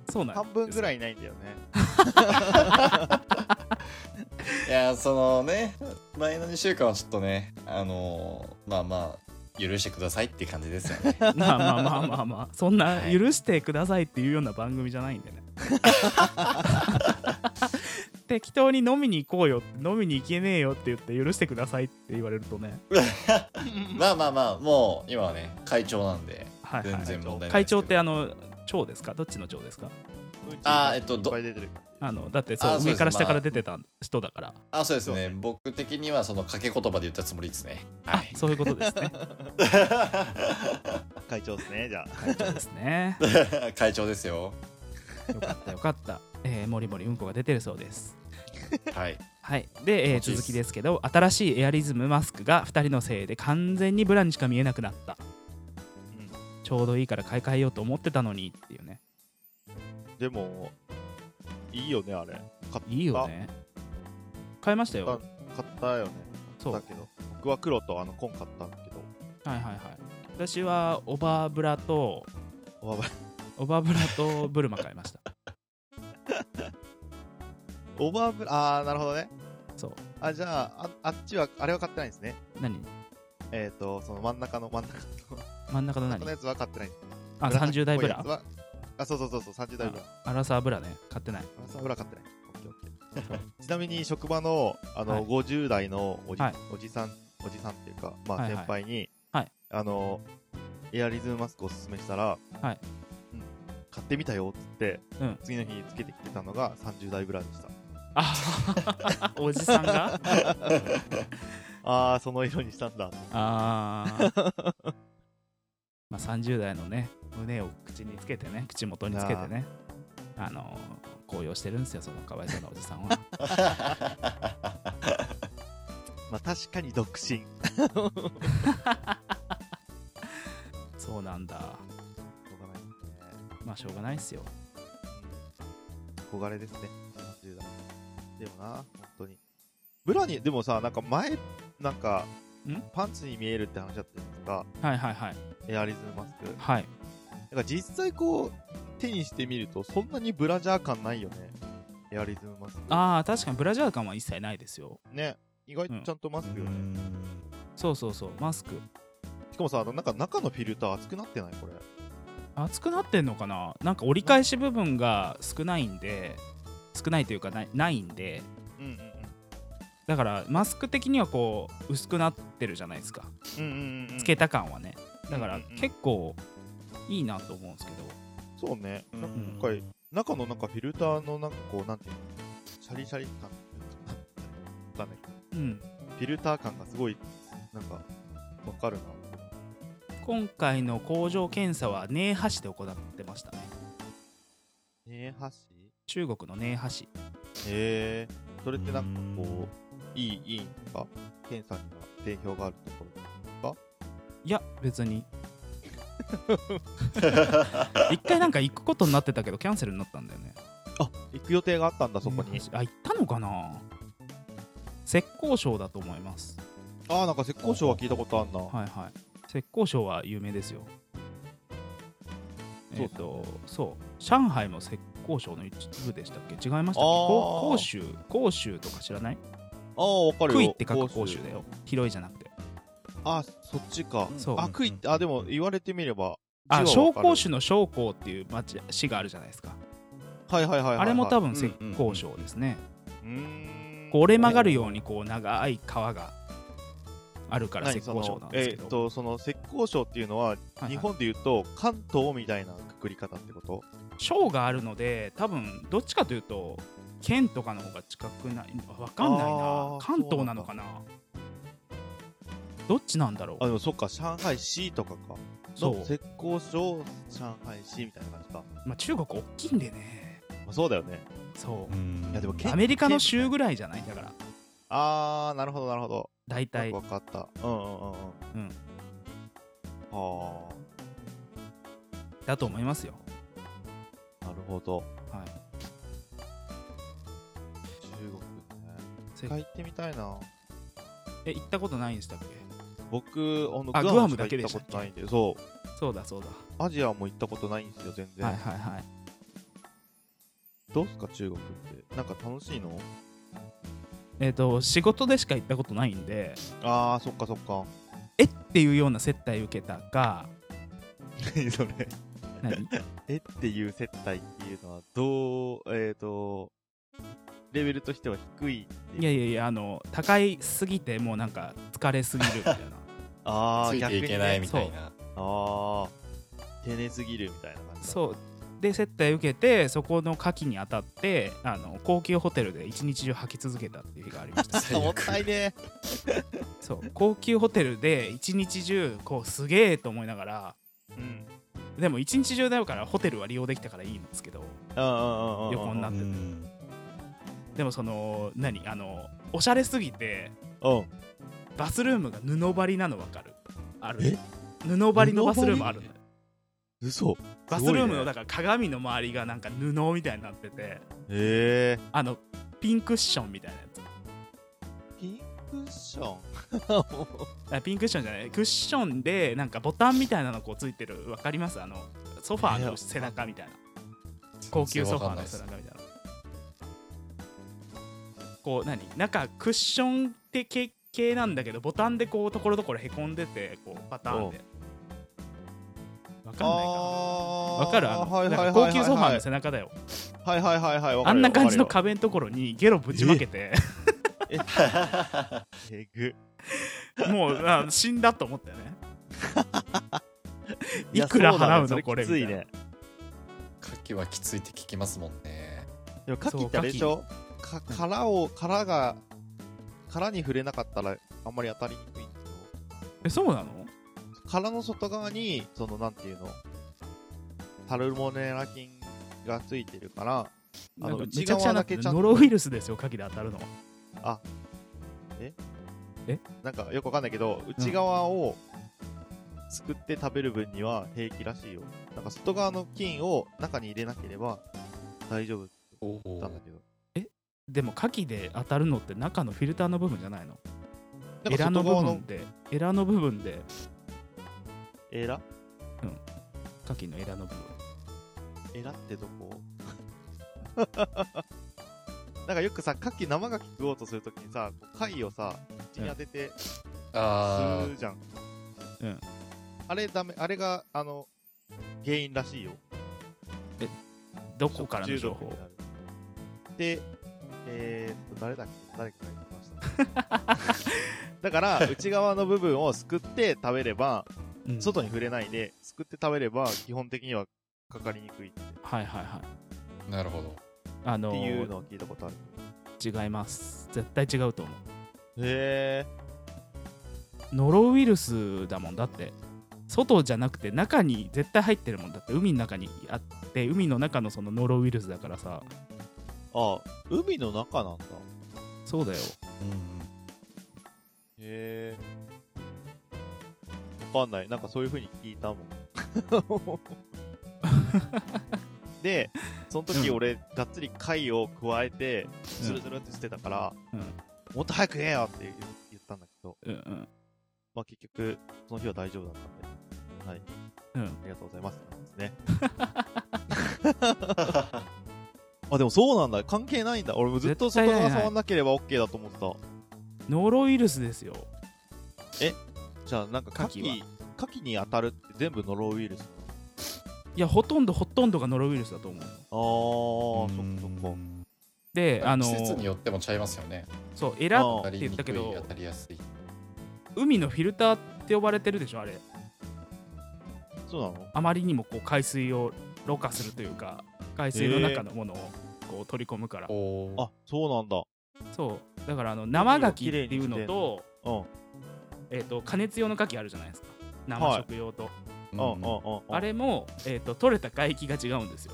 S2: そうなんです
S1: 半分ぐら
S2: い
S1: いいないんだよね。
S3: いやそのね前の2週間はちょっとねあのーまあまあ許してくださいって感じですよ ね
S2: まあまあまあまあまあそんな
S3: はい
S2: 許してくださいっていうような番組じゃないんでね適当に飲みに行こうよって飲みに行けねえよって言って許してくださいって言われるとね
S3: まあまあまあもう今はね会長なんで
S2: はいはい
S3: 全然問題ない
S2: 会長ってあの長ですかどっちの長ですか
S3: あーえっと
S1: いっ
S3: ど
S1: ぱい出てる。
S2: あのだってそ
S3: あ
S2: う
S3: そうです
S2: 上から下
S3: まあ
S2: から出てた人だから、
S3: あそうですね僕的にはその掛け言葉で言ったつもりですねは
S2: あ
S3: い
S2: そういうことですね
S1: 会長ですね、じゃあ。
S2: 会長ですね
S3: 会長ですよ
S2: よかったよかった、えー、もりもりうんこが出てるそうです
S3: はい
S2: はいで、えー
S3: 気持ちい
S2: 続き
S3: いです
S2: ですけど新しいエアリズムマスクが2人のせいで完全にブラにしか見えなくなったちょうどいいから買い替えようと思ってたのにっていうね
S1: うんでも、いいよね、あれ。買った
S2: いいよね買いましたよ
S1: 買ったよね。
S2: そう
S1: だけど、僕は黒とあの紺買ったんだけど、
S2: はいはいはい私はオバーブラと
S1: おば
S2: オバーブラとブルマ買いました
S1: オーバーブラ、あー、なるほどね。
S2: そう
S1: あ、じゃあ、ああっちは、あれは買ってないんですね。
S2: 何
S1: えっ、と、その真ん中の真ん中の
S2: 真ん中の
S1: 真ん中の
S2: 何
S1: やつは買ってないんです。
S2: あ30代ブラ
S1: 紫っぽいやつはあ、そうそうそうそう、30代ブラ。
S2: アラサーブラね買ってない
S1: 紫ブラ買ってない。オッケーオッケーちなみに職場のあの、
S2: はい
S1: 50代のおじ,、
S2: はい
S1: おじさんおじさんっていうか、まあ、
S2: はい
S1: 先
S2: はい
S1: 輩に、
S2: はい
S1: あのエアリズムマスクをおすすめしたら、
S2: はい
S1: うん買ってみたよっつって、
S2: うん
S1: 次の日につけてきてたのが30代ぐらいでした
S2: あおじさんが
S1: ああその色にしたんだ
S2: あー まあ30代のね胸を口につけてね口元につけてねあのー高揚してるんですよそのかわいそうなおじさんは
S1: まあ確かに独身
S2: そうなんだまあしょうがないっすよ
S1: 憧れですね30代でもな本当にブラにでもさなんか前なんか
S2: ん
S1: パンツに見えるって話だったんですが
S2: はいはいはい
S1: エアリズムマスク
S2: はい
S1: なんか実際こう、手にしてみると、そんなにブラジャー感ないよね。エアリズムマスク。
S2: ああ確かにブラジャー感は一切ないですよ
S1: ね。意外とちゃんとマスクよね。
S2: そうそうそうマスク
S1: しかもさ、あのなんか中のフィルター熱くなってないこれ。
S2: 熱くなってんのかななんか折り返し部分が少ないんで少ないというかないないんで
S1: うんうん
S2: だからマスク的にはこう薄くなってるじゃないですか
S1: うん。うんうんうん、
S2: つけた感はねだか
S1: う
S2: ら
S1: んうんうん
S2: 結構いいなと思うんですけ
S1: そ
S2: ど
S1: うね。
S3: うん
S1: なんか今回、中のなんかフィルターのなんかこう、なんていうのシャリシャリ感だね。
S2: うん
S1: フィルター感がすごい、なんか、わかるな。
S2: 今回の工場検査は寧波市で行ってましたね
S1: ねえ、箸
S2: 中国の寧波市
S1: へえ。それってなんかこう、いい、いいんですか検査には定評があるところ。
S2: いや別 に一回なんか行くことになってたけどキャンセルになったんだよね
S1: あ行く予定があったんだ、そこ
S2: 寧
S1: に
S2: 波。市あ行ったのかな浙江省だと思います
S1: ああ、なんか浙江省は聞いたことあんな。
S2: はいはい浙江省は有名ですよ
S1: そう
S2: えっ、とそう上海も浙江省の一部でしたっけ違いましたっけ
S1: あー
S2: こう広州広州とか知らない
S1: ああ、わかるよ。
S2: 杭って書く広州だよ広いじゃなくて
S1: あそっちか。
S2: そう
S1: あ、杭って、あ、でも言われてみれば。
S2: あ
S1: 字はわ
S2: 紹
S1: かる
S2: 興酒の紹興っていう町市があるじゃないですか
S1: はいはいはいはいはい。
S2: あれも多分
S3: うん
S2: 浙江省ですね、
S1: うーん。
S2: こう折れ曲がるようにこう長い川があるから
S1: 何
S2: 浙
S1: そ
S2: 江
S1: の
S2: 省なんですけ
S1: えーっと、
S2: ど、
S1: その浙江省っていうのは、
S2: はいはい
S1: 日本で言うと、関東みたいなくくり方ってこと
S2: 省があるので多分どっちかというと県とかの方が近くないわかんないな
S1: あー
S2: 関東なのかなどっちなんだろ
S1: あ、
S2: う
S1: でもそっか、上海市とかか。
S2: そう
S1: の浙江省、上海市みたいな感じか。
S2: まあ、中国大きいんでね
S1: まあ、そうだよね。
S2: そ
S1: いや、でも、
S2: う
S1: 県
S2: アメリカの州ぐらいじゃないだから
S1: あー、なるほどなるほど。
S2: 大体
S1: わかった。うんうんうんうん。
S2: うん。
S1: あ
S2: だと思いますよ、
S1: ー、なるほど。
S2: はい、
S1: 中国ね。
S2: せ
S1: 一回行ってみたいな。
S2: え行ったことないんでしたっけ
S1: 僕、あの
S2: あ
S1: グアム
S2: グアム
S1: しか
S2: だけ
S1: 行った
S2: でした
S1: こ
S2: っけ
S1: とないんで、そう。
S2: そうだそうだ
S1: アジアも行ったことないんですよ、全然。
S2: はいはいはい
S1: どうすか、中国って。なんか楽しいの
S2: えっ、と仕事でしか行ったことないんで
S1: あー、そっかそっ か。
S2: えっていうような接待受けたか
S1: 何それ。
S2: 何
S1: えっていう接待っていうのは、どう、えーと、レベルとしては低いって
S2: い
S1: いう。
S2: やいやいやあの高いすぎてもうなんか疲れすぎるみたいな
S1: あ
S3: つ
S1: ー、
S3: い
S1: 逆に、
S3: てい
S1: ね。
S3: けないみたいな。
S1: あー、丁寧すぎるみたいな感じだ。
S2: そうで接待受けてそこの牡蠣に当たってあの高級ホテルで一日中履き続けたっていう日がありま した
S1: あもったいね
S2: そう高級ホテルで一日中こうすげえと思いながら
S1: え。うん。
S2: でも一日中だからホテルは利用できたからいいんですけど
S1: うんうんうんうん。
S2: 横になっ
S3: う
S2: て
S3: ん
S2: でもその何あのおしゃれすぎて
S1: うん。
S2: バスルームが布張りなの分かるある
S1: え
S2: 布張りのバスルームあるのよ
S1: 嘘。
S2: バスルームの
S1: へ
S2: だから鏡の周りがなんか布みたいになってて
S1: え
S2: あのピンクッションみたいなやつ
S1: ー。ピンクッション
S2: あピンクッションじゃないクッションでなんかボタンみたいなのこうついてるわかりますあのソファーの背中みたいな高級ソファーの背中みたいなこう何中クッションって系系なんだけどボタンでこうところどころへこんでてこうパターンでわかんないかな
S1: あー
S2: わかるあの、
S1: はいはい
S2: な
S1: はいは
S2: ん
S1: い
S2: か高級ソファーの背中だよ。
S1: はいはいはいはい。わか
S2: あ
S1: る
S2: ん
S1: よ
S2: な感じの
S1: わか
S2: 壁のところにゲロぶちまけて、
S1: るよえぐ。
S2: もうあ死んだと思っ たよね。い
S1: や
S2: くら
S1: そうだね
S2: 払うの
S1: そ
S2: これ
S1: きつい
S2: みたい
S1: ね。
S3: 牡蠣はきついって聞きますもんね
S1: でも、牡蠣ってあれでしょか殻を、殻が、殻に触れなかったらあんまり当たりにくいんです
S2: え、そうなの
S1: けど、殻の外側に、その、なんていうの、サルモネラ菌がついてるから、あ
S2: な
S1: の
S2: んかめちゃくちゃな
S1: 内側だけちゃんと
S2: ノロウイルスですよ、カキで当たるのは。
S1: なんかよくわかんないけど、内側をすくって食べる分には平気らしいよ。なんか外側の菌を中に入れなければ大丈夫って言
S3: お
S1: ったん
S3: お
S1: だけど。
S2: でもカキで当たるのって中のフィルターの部分じゃないの
S1: なん
S2: エ
S1: か
S2: ラの
S1: 外
S2: 部
S1: 側
S2: 分で、エラの部分で、
S1: エラ
S2: カキのエラの部分。
S1: エラってどこ なんかよくさ、牡蠣生牡蠣食おうとするときにさ、こう貝をさ、口に当てて
S3: あ
S1: 吸うじゃん。
S2: うん
S1: あれダメ、あれが、あの、原因らしいよ。
S2: どこからの
S1: 食中
S2: 情
S1: 毒
S2: 報
S1: になるで、えーっと、誰だっけ誰かが言ってました。 だから、内側の部分をすくって食べれば、
S2: うん
S1: 外に触れないで、すくって食べれば、基本的にはかかりにくいって
S2: はいはいはい。
S3: ーなるほど
S2: あ
S1: っ
S2: の
S1: てい
S2: ー
S1: うのを聞いたことある。
S2: 違います。絶対違うと思
S1: へ
S2: う。ノロウイルスだもんだって。外じゃなくて中に絶対入ってるもんだって海の中にあって海の中のそのノロウイルスだからさ
S1: ー。あ、海の中なんだ。
S2: そうだよ
S3: うん
S1: へー。わかんない。なんかそういう風に聞いたもん。で、その時俺、がっつり貝を加えて、ズルズルってしてたから、
S2: うん
S1: もっと早く言えよって言う言ったんだけど、
S2: うんうん
S1: まあ結局、その日は大丈夫だったんで、はい、
S2: うん
S1: ありがとうございますって感じですね。
S3: うん
S1: あ、でもそうなんだ。関係ないんだ。俺もずっと
S2: 絶対
S1: 外
S2: ない
S1: 側触んなければ OK だと思ってた。
S2: ノロウイルスですよ
S1: じゃあなんか牡
S2: 牡蠣
S1: 蠣、牡蠣に当たるって全部ノロウイルス
S2: いやほとんどほとんどがノロウイルスだと思うよ
S1: あー、そっかそっか。
S3: う
S2: であ
S3: あ
S2: の
S3: の季節によってもちゃいますよね。
S2: そうエラ
S1: あ
S2: っ
S1: ー
S3: 当た
S2: て
S3: り
S2: 言っ
S3: に
S2: た
S3: く
S2: け
S3: い
S2: ど
S3: 当たりやすい。
S2: 海のフィルターって呼ばれてるでしょあれ
S1: そうなの
S2: あまりにもこう海水をろ過するというか海水の中のものをこう取り込むから、
S3: おお。
S1: あ、そうなんだ。
S2: そうだからあの生牡
S1: 綺
S2: 蠣
S1: 麗
S2: ってい
S1: に
S2: う
S1: して
S2: のと,、
S1: うん。
S2: えー、と加熱用の牡蠣あるじゃないですか生食用と、
S3: うん
S1: うんうんうん。
S2: あれも、えー、と取れた海域が違うんですよ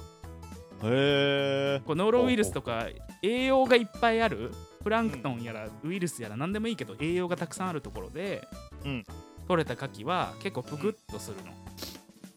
S1: へ
S2: こうノロウイルスとか栄養がいっぱいあるプランクトンやらウイルスやら何でもいいけど栄養がたくさんあるところで、
S1: うん
S2: 取れた牡蠣は結構ぷくっとするの、
S1: ー。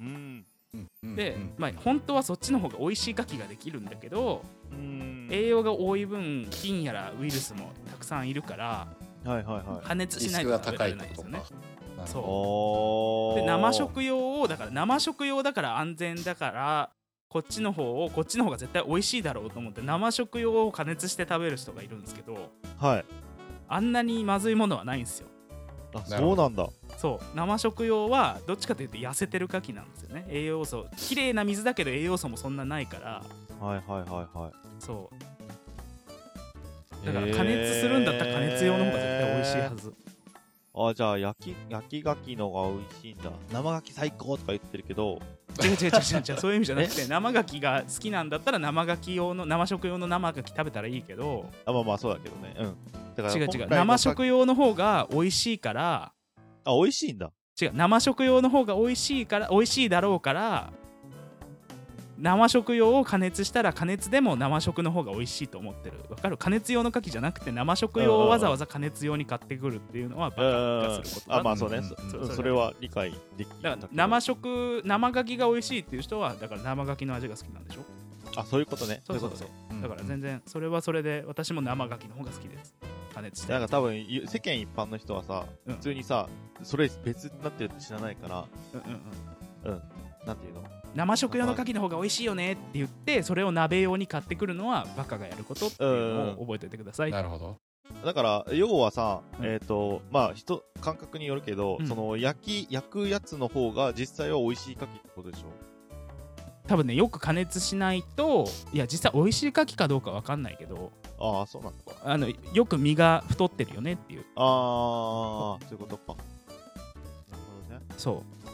S1: うん。
S3: うんうん
S2: で、
S3: うん
S2: まあ、本当はそっちの方が美味しい牡蠣ができるんだけど、
S1: うん。
S2: 栄養が多い分菌やらウイルスもたくさんいるから
S1: はいはいはい。
S2: 加熱
S3: リ
S2: しな
S3: ス
S2: い
S3: ク
S2: と
S3: が
S2: 食べ
S3: 高
S2: ら
S3: い
S2: れ
S3: っ
S2: な
S3: て
S2: いです
S3: こ
S2: よ
S3: と
S2: ね
S3: か。なるほど
S2: そ
S1: おー。
S2: で生食用をだから生食用だから安全だからこっちの方をこっちの方が絶対美味しいだろうと思って生食用を加熱して食べる人がいるんですけど
S1: はい。
S2: あんなにまずいものはないんですよ
S1: あ、
S3: なる
S1: そ
S3: ほど
S1: うなんだ。
S2: そう生食用はどっちかというと痩せてる牡蠣なんですよね栄養素綺麗な水だけど栄養素もそんなないから
S1: はいはいはいはい。
S2: そうだから加熱するんだったら加熱用の方が絶対美味しいはず、
S1: あじゃあ焼き焼き牡蠣のが美味しいんだ生牡蠣最高とか言ってるけど
S2: 違う違う違う違うそういう意味じゃなくて生牡蠣が好きなんだったら生牡蠣用の生食用の生牡蠣食べたらいいけど
S1: あまあまあそうだけどねうんだから
S2: 違う
S1: 今
S2: 違
S1: 回
S2: う
S1: の
S2: 生食用の方が美味しいから
S1: あ美味しいんだ
S2: 違う生食用の方が美味しいから美味しいだろうから生食用を加熱したら加熱でも生食の方が美味しいと思ってるわかる加熱用の牡蠣じゃなくて生食用をわざわざ加熱用に買ってくるっていうのはバカ化することだ
S1: あまあそうね、
S3: うん
S1: そ
S3: うん
S1: うん
S2: そう
S1: それは理解でき
S2: だから生食生牡蠣が美味しいっていう人はだから生牡蠣の味が好きなんでしょ
S1: あそういうことね
S2: そうそう
S1: い
S2: そ
S1: こ
S2: うだから全然それはそれで私も生牡蠣の方が好きです加熱し
S1: と
S2: て
S1: ねなんか多分ゆ世間一般の人はさ、
S2: うん
S1: 普通にさそれ別になってるって知らないから
S2: うんうんうん
S1: なんていうの
S2: 生食用の牡蠣の方が美味しいよねって言ってそれを鍋用に買ってくるのはバカがやることっていうのを覚えておいてください
S3: なるほど。
S1: だから要はさ、
S2: うん
S1: えっ、とまあ人感覚によるけど、
S2: うん
S1: その焼き焼くやつの方が実際は美味しい牡蠣ってことでしょ
S2: 多分ねよく加熱しないといや実際美味しい牡蠣かどうか分かんないけど
S1: ああ、そうなんだ。
S2: あのよく身が太ってるよねっていう
S1: ああ、そういうことか。なるほどね。
S2: そう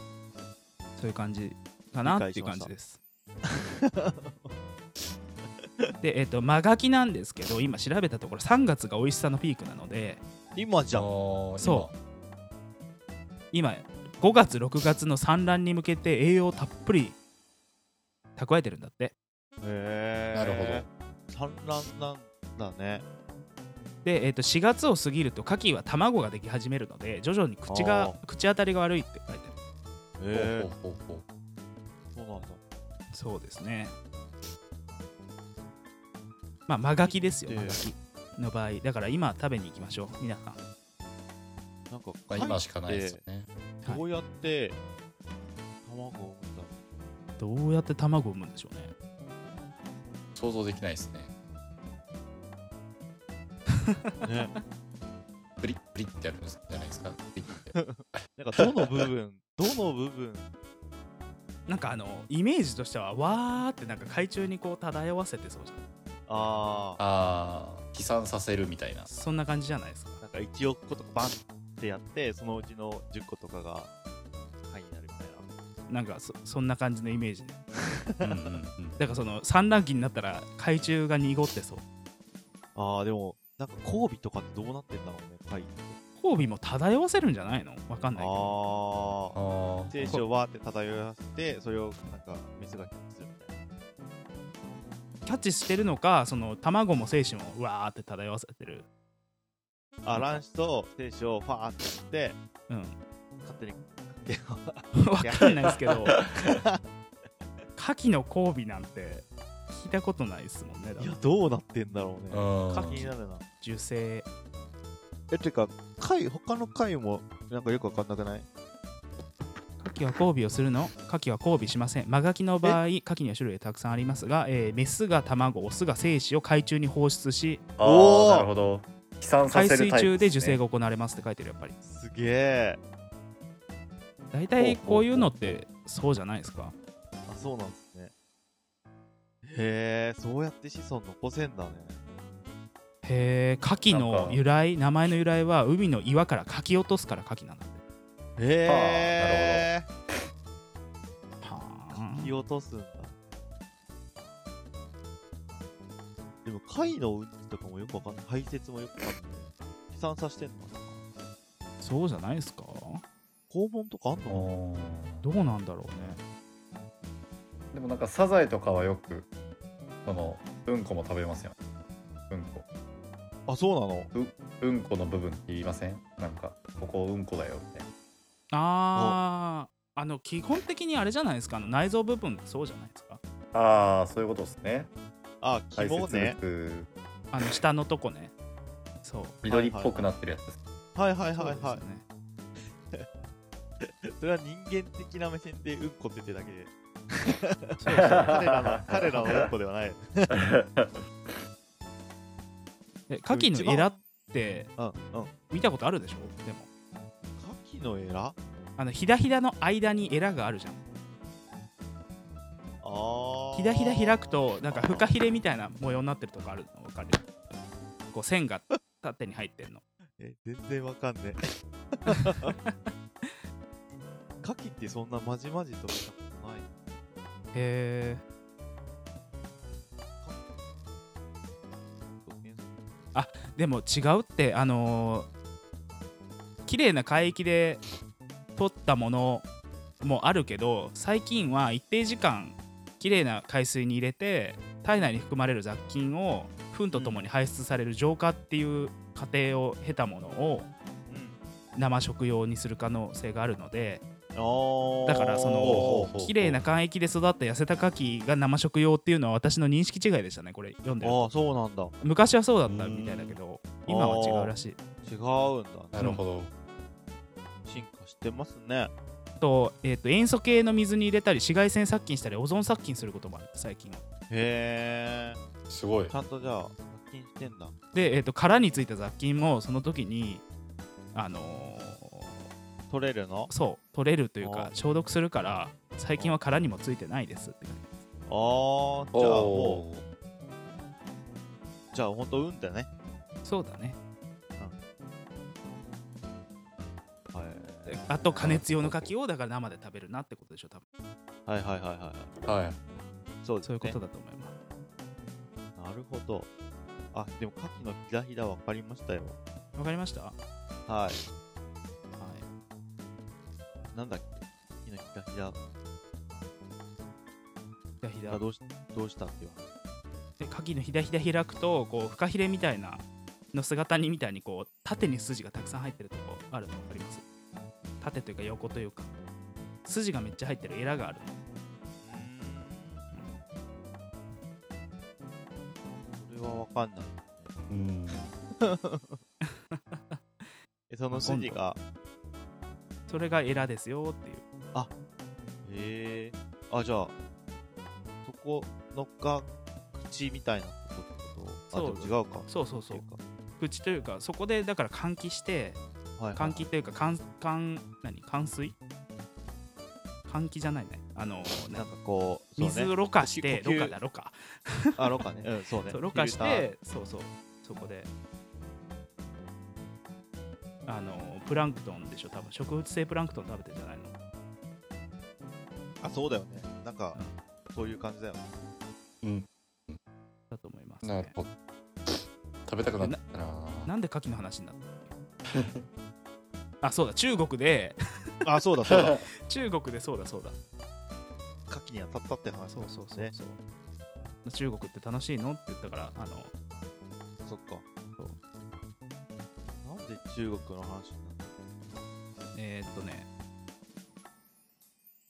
S2: そういう感じかなっていう感じです。でえっと間ガキなんですけど今調べたところ3月が美味しさのピークなので
S1: 今じゃん。
S3: そう
S2: そ今5月6月の産卵に向けて栄養をたっぷり蓄えてるんだって
S1: へえ。
S3: なる
S1: ほど。産卵なんだね。
S2: で、えっと4月を過ぎると牡蠣は卵ができ始めるので徐々に口が口当たりが悪いって書いてある
S1: へえ。
S3: ほうほうほうほ
S1: そうなんだ。
S2: そうですねまあ間ガキですよ
S1: ええ
S2: 間ガキの場合だから今食べに行きましょう皆さん
S1: なんか、
S3: うまあ今しかないですよね。
S2: はい
S1: どうやって卵を産んだの
S2: どうやって卵を産むんでしょうね
S3: 想像できないですね。
S1: ね、
S3: プリップリってやるんですじゃないですか。プリッって
S1: なんかどの部分、どの部分、
S2: なんかあのイメージとしてはわーってなんか海中にこう漂わせてそうじゃん
S1: ああ、
S3: ああ、飛散させるみたいな。
S2: そんな感じじゃないですか
S1: なんか1億個とかバンってやって、そのうちの10個とかが貝になるみたい
S2: なんかそそんな感じのイメージで
S3: うんうんうん
S2: だからその産卵期になったら海中が濁ってそう
S1: な。ああ、でも、なんか交尾とかってどうなってんだろうね、貝って。
S2: 交尾も漂わせるんじゃないのわかんないけど
S1: ああ、
S3: あ
S1: 精子をわーって漂わせて、それをなんかメスがキャッチするみたいな。
S2: キャッチしてるのかその卵も精子もわーって漂わせてる
S1: あ、卵子と精子をファーってやって、
S2: うん
S1: 勝手に。いや
S2: わかんないですけ ど牡蠣の交尾なんて聞いたことないですもんねだか
S1: いや
S2: ら、
S1: どうなってんだろうね。
S3: あ。
S2: カ
S1: 気
S2: キ
S1: になるな。
S2: 受精
S1: え、てか、貝、他の貝も、なんかよくわかんなくない
S2: 牡蠣は交尾をするの牡蠣は交尾しませんマガキの場合牡蠣には種類がたくさんありますが、えーメスが卵オスが精子を海中に放出し
S3: あー
S1: おー
S3: なるほど。飛散さ
S2: 海
S3: せる
S2: 水
S3: タイ
S2: 中
S3: プ
S2: です
S3: ね
S2: 受精が行われますって書いてるやっぱり
S1: すげえ。
S2: 大体こういうのってそうじゃないですか
S1: あ、そうなんですね。へえ、そうやって子孫残せんだね。
S2: へえ牡蠣
S3: なん
S2: の
S3: か
S2: 由来名前の由来は海の岩からかき落とすから牡蠣なんだって
S1: へえ、
S2: は
S1: 引き落とすんだ。でも、貝のうんちとかもよくわかんない。排泄もよくわかんない。飛散させてんのかな
S2: あそうじゃないですか
S1: 肛門とかあんのかな
S3: おー
S2: どうなんだろうね
S3: でもなんかサザエとかはよくそのうんこも食べますよね。うんこ
S1: あ、そうなの
S3: うんこの部分って言いません？なんかここうんこだよみたい
S2: あーあの基本的にあれじゃないですかあの内臓部分ってそうじゃないですか
S3: な。ああそういうことですね。
S1: あ、
S3: 排
S1: 肝
S3: 泄
S1: ね。
S3: 物
S2: あの下のとこねそう
S3: 緑っぽくなってるやつです。
S1: はい はい
S2: そう
S1: は
S2: で
S1: い
S2: す
S1: はい。
S2: ね
S1: それは人間的な目線でうんこって言ってるだけ で。
S2: そうそう
S1: 彼らの、 彼らのうんこではない。
S2: え牡蠣のエラって
S1: うん、うん。
S2: 見たことあるでしょでも
S1: 牡蠣のエラ
S2: あのひだひだの間にエラがあるじゃん
S1: あー。
S2: ひだひだ開くとなんかフカヒレみたいな模様になってるとこあるの分かるこう線が縦に入ってんの
S1: え、全然わか んねえ。牡蠣ってそんなまじまじと見たことない。
S2: へえでも違うってあのー、綺麗な海域で取ったものもあるけど最近は一定時間綺麗な海水に入れて体内に含まれる雑菌を糞とともに排出される浄化っていう過程を経たものを生食用にする可能性があるので
S1: うん。あ
S2: だからその
S3: ほうほうほう
S2: 綺麗な海域で育った痩せた牡蠣が生食用っていうのは私の認識違いでしたねこれ読んでる
S1: あ
S2: と
S1: あ、そうなんだ。
S2: 昔はそうだったみたいだけど今は違うらしい
S1: 違うんだ
S3: な
S1: ね。
S3: るほど。
S1: 進化してますね。
S2: と,、えー、と塩素系の水に入れたり紫外線殺菌したりオゾン殺菌することもある最近は
S1: へえ。
S3: すごい
S1: ち。ゃんとじゃあ、殺菌してんだ。
S2: で、えー、と殻についた雑菌もその時にあの
S1: 取れるの
S2: ーそう取れるというか
S1: あー
S2: 消毒するから最近は殻にもついてないですって感じです
S1: あー、じゃあも
S3: お
S1: う、
S3: ー
S1: じゃあほんと運だね。
S2: そうだね
S1: はい。
S2: であと加熱用の柿をだから生で食べるなってことでしょ多分
S1: はいはいはいはい。
S3: はい
S1: そうです
S2: そうい
S1: ね
S2: う。ことだと思います
S1: なるほど。あ、でも牡蠣のひらひら分かりましたよ。
S2: わかりましたは
S1: はいい。なんだっけ牡蠣のひらひら
S2: ひだひだ
S1: がどうしどうしたっていう話
S2: で牡蠣のひだひだ開くとこうフカヒレみたいなの姿にみたいにこう縦に筋がたくさん入ってるとこあるの分かります縦というか横というか筋がめっちゃ入ってるエラがある
S1: それは分かんない。
S3: うん
S1: え、その指示が、
S2: それがエラですよっていう
S1: へえ。あ、じゃあ、そこのが口みたいなことってこと
S2: そう
S1: あ、でも違うか。
S2: そうそうそう
S1: ってい
S2: 口というかそこでだから換気して
S1: うか。はい、はい。
S2: 換気というか換換何換水換気じゃないねあのな
S1: なんかこう、そうね
S2: 水をろ過し
S1: 呼
S2: て、
S1: 吸
S2: ろ過だろ過
S1: あ、ろ過ね。うん、そうね。
S2: そうろ過し
S1: フィル
S2: てそうそうそこであのプランクトンでしょ多分植物性プランクトン食べてんじゃないの
S1: ター。あ、そうだよね。なんか、そういう感じだよね。
S3: うん
S2: だと思います、
S3: なる
S2: ね、
S3: ほど食べたくなったな
S2: なんで牡蠣の話になったの あそうだ中国で
S1: あ、そうだ、そうだ。
S2: 中国でそうだそうだ
S1: 牡蠣に当たったって話だ
S2: そうそうそうそう、
S1: ね。
S2: 中国って楽しいのって言ったからあの
S1: そっか。
S2: そう
S1: なんで中国の話になっ
S2: えーっとね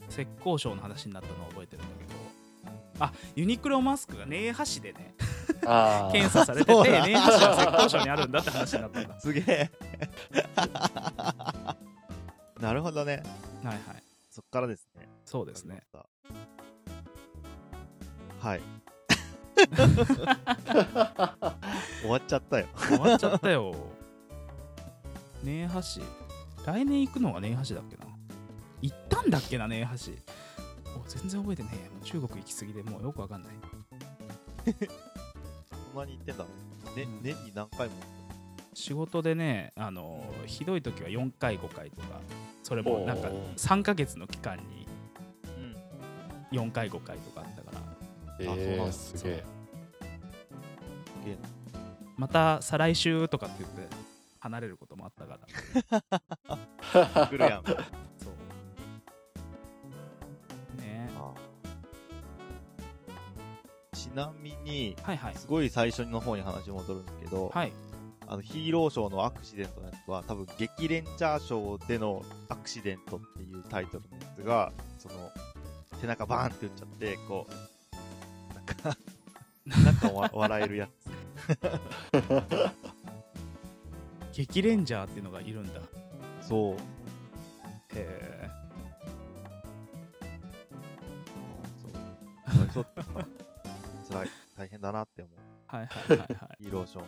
S2: 浙江省の話になったのを覚えてるんだけど
S1: た
S2: あユニクロマスクが根橋でね
S3: あー
S2: 検査されてて
S1: そう
S2: 根
S1: だ
S2: 橋は浙江省にあるんだって話になったんだ
S1: すげえ。 なるほどね。
S2: はいはい
S1: そっからですね。
S2: そうですね。
S1: はい。終わっちゃったよ。
S2: 終わっちゃったよ根橋来年行くのが根橋だっけな行ったんだっけな根橋お全然覚えてねえもう中国行き過ぎでもうよくわかんない
S1: そんなに言ってんだ。ね、年に何回も。
S2: 仕事でねあのひどい時は4回5回とかそれもなんか
S3: おー
S2: 3ヶ月の期間に
S1: うん。
S2: 4回5回とかあったから
S3: え
S1: あそうなん
S3: ー、
S1: だ
S3: すげえ
S2: また再来週とかって言って離れることもあったから
S1: 来るやん。
S2: そうねえ
S1: ちなみに、
S2: はいはい
S1: すごい最初の方に話戻るんですけど、
S2: はい
S1: あのヒーローショーのアクシデントのやつは、多分激レンチャーショーでのアクシデントっていうタイトルのやつが、その、背中バーンって打っちゃって、こう、なんか、な んかわ笑えるやつ。
S2: 激レンジャーっていうのがいるんだ
S1: そう。
S2: へえ
S1: そう。そうっていうか辛い、大変だなって思う。
S2: はいはいはいは
S1: ヒーローショーも。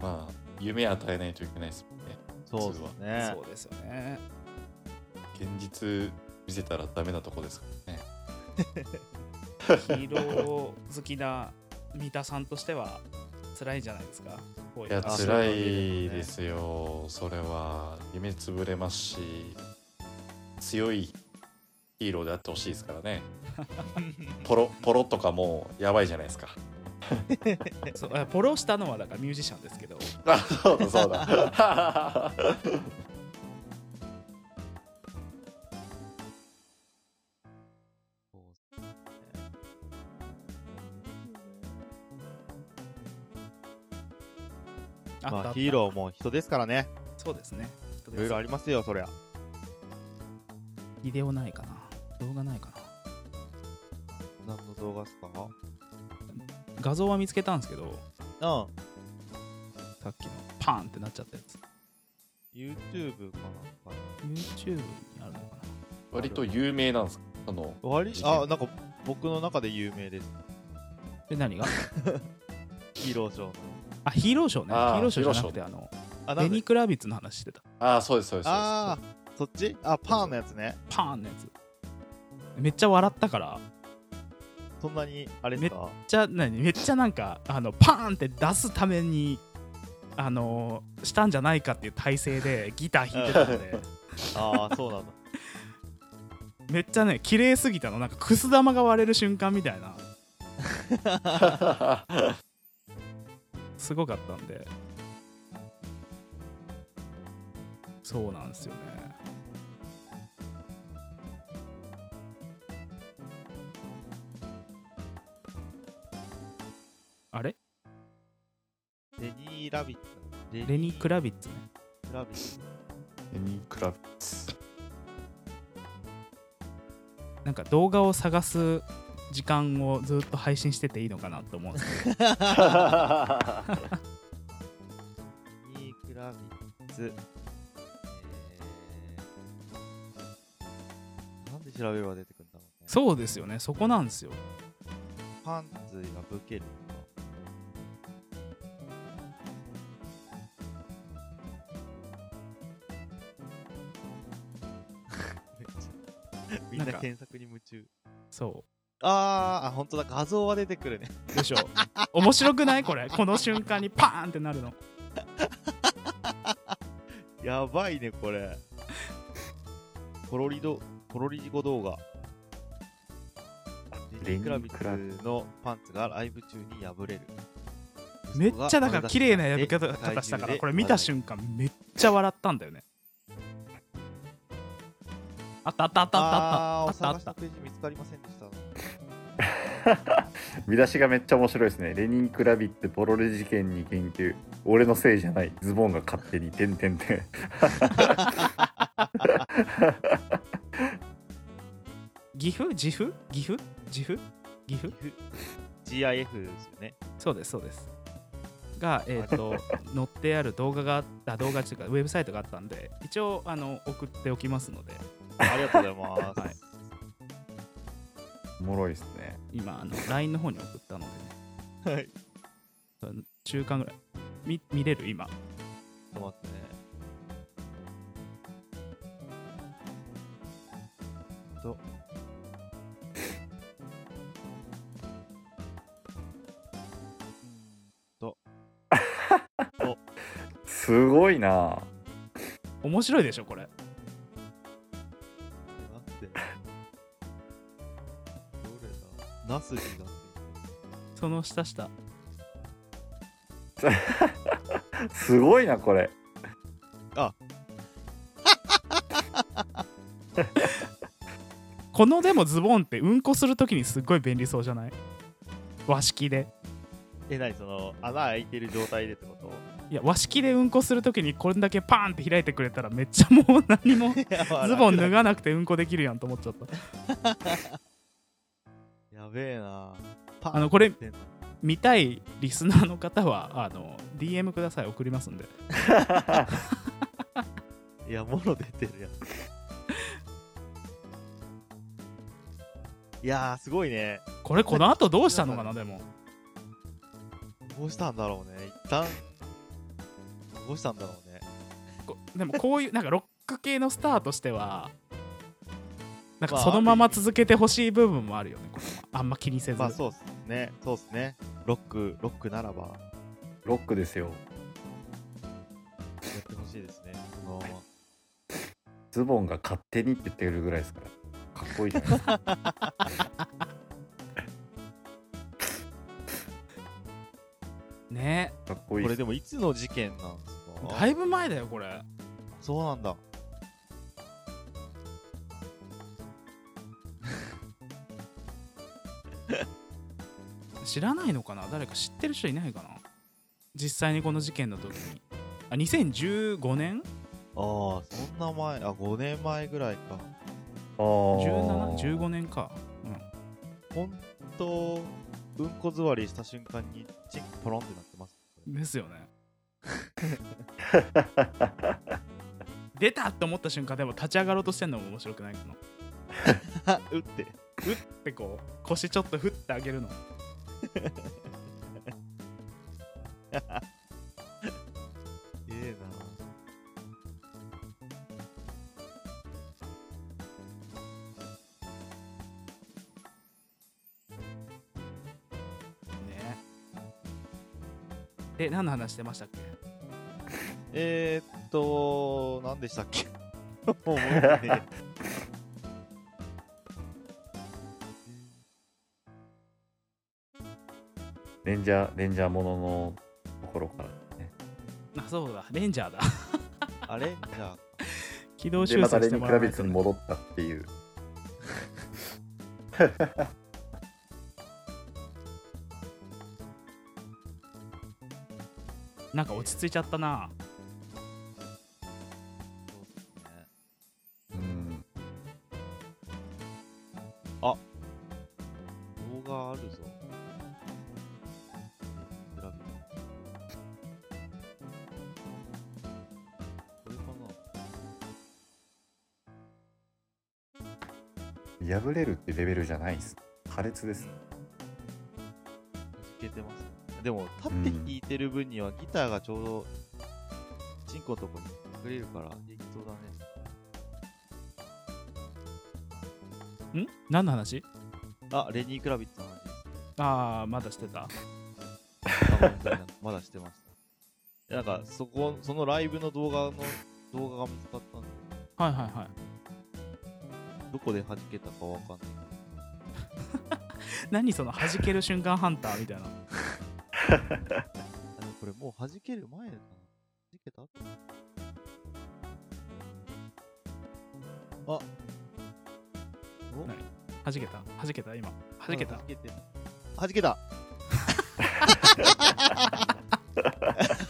S3: まあ夢与えないといけないですもんね
S1: そうです
S2: い
S1: ね
S2: そ。うですよ ね
S3: 現実見せたらダメなとこですからね
S2: ヒーロー好きな三田さんとしては辛いんじゃないですかこう
S3: いや
S1: あ
S2: 話
S3: 辛いですよそれは夢潰れますし強いヒーローであってほしいですから ねポロポロとかもうやばいじゃないですか
S2: そうあポロしたのはだからミュージシャンですけど
S3: あそうだそうだ
S1: そう
S2: あったあっ
S1: ま
S2: た
S1: あ、ヒーローも人ですからね。
S2: そうですね
S1: いろいろありますよ、そりゃ。
S2: ビデオないかな動画ないかな
S1: 何の動画っすか
S2: 画像は見つけたんですけど
S1: うん。
S2: さっきのパーンってなっちゃったやつ
S1: YouTube かなんかね。
S2: YouTube にあるのかな
S3: 割と有名なんですかあの
S1: 割りあ、なんか僕の中で有名です。
S2: で何が
S1: ヒーローショーの。
S2: あヒーローショーねヒ
S3: あー
S2: ーローショーじゃなくてあの
S1: あ、な
S2: デ
S1: ん
S2: ニ
S1: で
S2: ークラビッツの話してた
S3: ああそうですそうですそう
S1: ああ、そっちあ、パーのやつね。
S2: パーンのやつめっちゃ笑ったから
S1: そんなに、あれですか
S2: めっちゃ何めっちゃなんかあのパーンって出すためにあのしたんじゃないかっていう体勢でギター弾いてたので
S1: ああ、そうなんだ。
S2: めっちゃね綺麗すぎたのなんかくす玉が割れる瞬間みたいなすごかったんでそうなんですよねあれ
S1: レニー・ラビット。レ
S2: レニー・ク
S1: ラ
S2: ラビッツね
S1: ラビット。
S3: ニクラッツ。
S2: なんか動画を探す時間をずっと配信してていいのかなと思うんですけど
S1: レニー・クラビッツ。えーなんで調べれば出てくるんだろうね。
S2: そうですよねそこなんですよ
S1: パンツがぶけるのか。めっちゃみんな
S2: なんか
S1: 検索に夢中。
S2: そ
S1: あーあ、本当だ、画像は出てくるね。
S2: うでしょ面白くないこれこの瞬間にパーンってなるの
S1: やばいね、これ。ポロリド、ポロリゴ動画。レ
S3: レ
S1: ニ
S3: ニ
S1: ー・
S3: ー
S1: クラビッツのパンツがライブ中に破れる。
S2: めっちゃだから綺麗なやり方方したからこれ見た瞬間めっちゃ笑ったんだよねあったあったあった
S1: あ
S2: あ
S1: ー
S2: ったあったあ
S1: お探したの
S2: ったあっ
S1: ページ見つかりませんでした。
S3: 見出しがめっちゃ面白いですね。レニン・クラビッツポロレ事件に研究。俺のせいじゃない。ズボンが勝手に。てんてんてん。
S2: 岐阜岐阜岐阜岐阜岐阜
S1: GIF ですよね。
S2: そうですそうですが、えー、と載ってある動画があった動画っていうかウェブサイトがあったんで一応あの送っておきますので
S1: ありがとうございます。
S2: はい
S3: おもろいですね。
S2: 今あの LINE の方に送ったので
S1: は
S2: ね
S1: い。ち
S2: 中間ぐらい見見れる今
S1: ょっと待ってね。と。と。
S3: すごいな。
S2: 面白いでしょこれ
S1: 待って。どれだナスジだ
S2: その下下
S3: すごいな、これ。
S2: このでもズボンってうんこするときにすっごい便利そうじゃない和式で
S1: え、なにその、穴開いてる状態でってこと
S2: いや和式でうんこするときにこれだけパーンって開いてくれたらめっちゃもう何 もズボン脱がなくてうんこできるやんと思っちゃった
S1: やべえなパン
S2: あのこれ
S1: ってんな
S2: 見たいリスナーの方はあの DM ください送りますんで
S1: いや、もろ出てるやつ。いやー、すごいね。
S2: これこの後どうしたのかなでも
S1: どうしたんだろうね。一旦、どうしたんだろうね。
S2: こでもこういうなんかロック系のスターとしてはなんか
S1: まあ
S2: そのまま続けてほしい部分もあるよねこれはあんま気にせず、
S1: まあ、そうっすね。そうっすね。ロック、ロックならば、
S3: ロックですよ。
S1: やってほしいですね。そのまま。
S3: ズボンが勝手にって言ってるぐらいですから。かっこいいじゃないですか。
S2: ね
S3: かっこいい
S1: こ
S3: っ
S1: れ
S3: す。
S1: でも、いつの事件なんです
S2: だ
S1: か
S2: いぶ前だよこれ
S1: そうなんだ。
S2: 知らないのかな誰か知ってる人いないかな実際にこの事件の時にあ2015年
S1: ああ、そんな前、あ、5年前ぐらいか。
S3: あー
S2: ?1715 年か、うん、
S1: 本当うんこ座りした瞬間に、チンポロンってなってます。
S2: ですよね出たって思った瞬間でも立ち上がろうとしてんのも面白くないかなっ
S1: あ、打って。
S2: てこう腰ちょっと振ってあげるの
S1: ええな
S2: え何の話してましたっけ
S1: えー、っと、何でしたっけ もう覚えてねえ
S3: レンジャー、レンジャーもののところから、ね。
S2: あそうだレンジャーだ
S1: あれじゃあ、
S2: 軌道
S4: で、
S2: 修
S4: また
S2: 正
S4: レ
S2: し
S4: ニ
S2: て
S4: ー・
S2: も
S4: クラ
S2: らわな
S4: ビ
S2: い
S4: ッツ
S2: と
S4: に戻ったっていう。
S2: なんか落ち着いちゃったな
S1: そうっす
S4: う
S1: ね
S4: ん。
S1: 動画あるぞ。グラビアこれか
S4: 破れるってレベルじゃないです。破裂です。
S1: な弾けてますね。でも、立って弾いてる分にはギターがちょうど、チンコのとこに隠れるから、できそうだね。
S2: ん何の話
S1: あ、レニー・クラビッツの話です。
S2: ああまだしてた
S1: あ本当になんか まだしてました。いやなんか、そこ、そのライブの動画の、動画が見つかったんで、
S2: はいはいはい
S1: どこで弾けたかわかんないけど。
S2: 何その弾ける瞬間ハンターみたいな
S1: あでもこれもう弾ける前かな弾けた後あお
S2: 何弾けた弾けた今弾けた
S1: 弾けて弾け た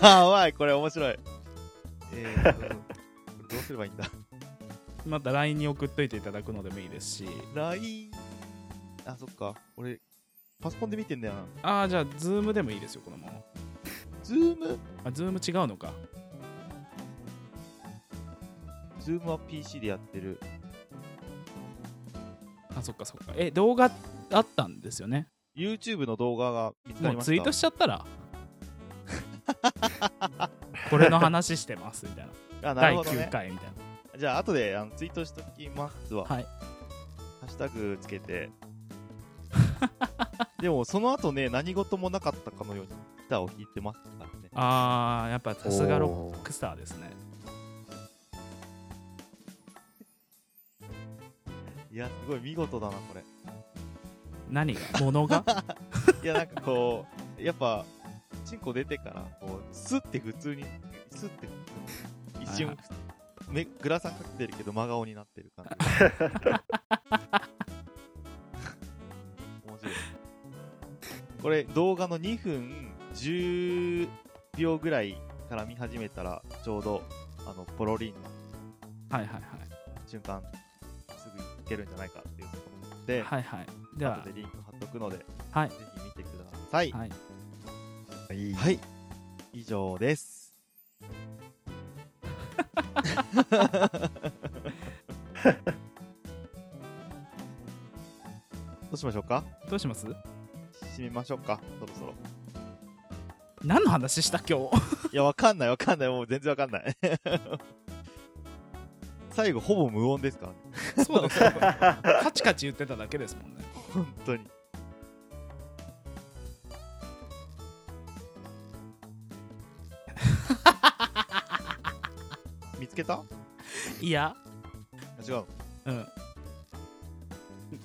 S1: あうまいこれ面白いえー、これどうすればいいんだ
S2: また LINE に送っといていただくのでもいいですし
S1: LINE あそっか俺パソコンで見てんだよな
S2: ああじゃあ Zoom でもいいですよこのまま
S1: Zoom
S2: あ Zoom 違うのか
S1: Zoom は PC でやってる
S2: あそっかそっかえ動画あったんですよね
S1: YouTube の動画が見つか
S2: も
S1: り
S2: う
S1: ました
S2: ツイートしちゃったら これの話してますみたいな
S1: あ なるほど、
S2: 第
S1: ね、
S2: 9回みたいな
S1: じゃあ、後であのツイートしときますわ。
S2: はい
S1: ハッシュタグつけて。 でも、その後ね、何事もなかったかのようにギターを弾いてますからね。
S2: あーやっぱさすがロ
S4: おー
S2: ックスターですね
S1: いや、すごい見事だな、これ。
S2: 何が物が
S1: いや、なんかこう、やっぱ、チンコ出てから、こう、スッて普通に、スッて普通に、一
S2: はい
S1: 瞬、目グラサンかけてるけど、真顔になってる感じ。面白い。これ、動画の2分10秒ぐらいから見始めたら、ちょうど、あの、ポロリンの
S2: はいはいはい
S1: 瞬間、すぐいけるんじゃないかっていうところで、
S2: はいはいでは
S1: 後でリンク貼っとくので、
S2: はい
S1: ぜひ見てください。
S2: はい
S4: いい。
S1: はい。以上です。 どうしましょうか
S2: どうします
S1: 締めましょうかそろそろ。
S2: 何の話した今日
S1: いや、わかんないわかんない。もう全然わかんない。 最後、ほぼ無音ですからね。
S2: そうですよカチカチ言ってただけですもんね
S1: 本当 に。見つけたあ
S2: いや
S1: 違うの。
S2: うん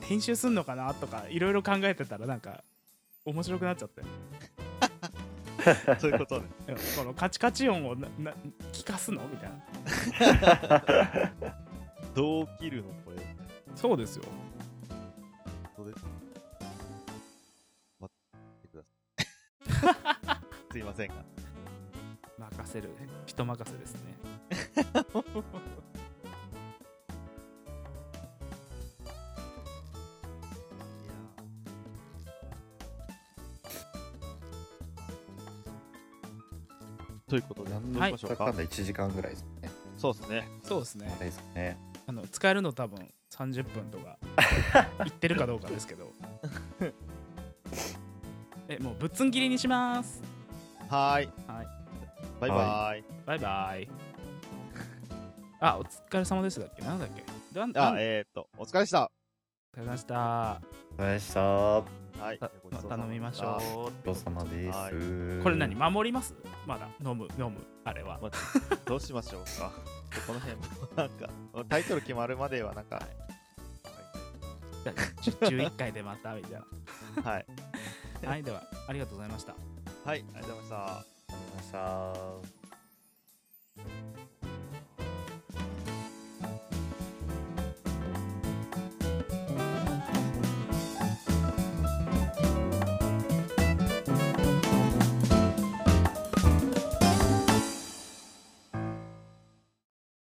S2: 編集すんのかなとかいろいろ考えてたらなんか面白くなっちゃって、
S1: そういうことね。
S2: うんこのカチカチ音をなな聞かすのみたいな
S1: どう切るのこれ。
S2: そうですよ
S1: そうです。待ってください。すいませんが。
S2: 任せる人任せですね
S1: ということで、
S4: なん
S1: どうしましょ
S4: だ
S1: う
S4: か
S1: か。
S4: んだ1時間ぐらいですね。
S1: そうですね。
S2: そうです
S4: あ
S2: ね
S4: れですかね。
S2: あの使えるの多分30分と か言ってるかどうかです けどえもうぶっつん切りにします
S1: はーい。
S2: はい
S1: バイバーイ。
S2: バイバイあお疲れ様ですだっけなんだっけだんだ
S1: あ
S2: ん、お疲れ
S1: えー、っと、お疲れでした。
S2: 様でした
S4: お疲れ様でした。
S1: はい
S2: た
S1: ごちそうさでした
S2: 頼みましょ
S4: ごちそうさまで
S1: はい
S4: す。
S2: うこれ何守りますまだ飲む飲むあれは
S1: まあどうしましょうか。この辺もなんかタイトル決まるまではなんか、
S2: 11回でまたみたい
S1: はい、
S2: なはいではありがとうございました
S1: はい、ありがとうございました。
S4: ありがとうございました。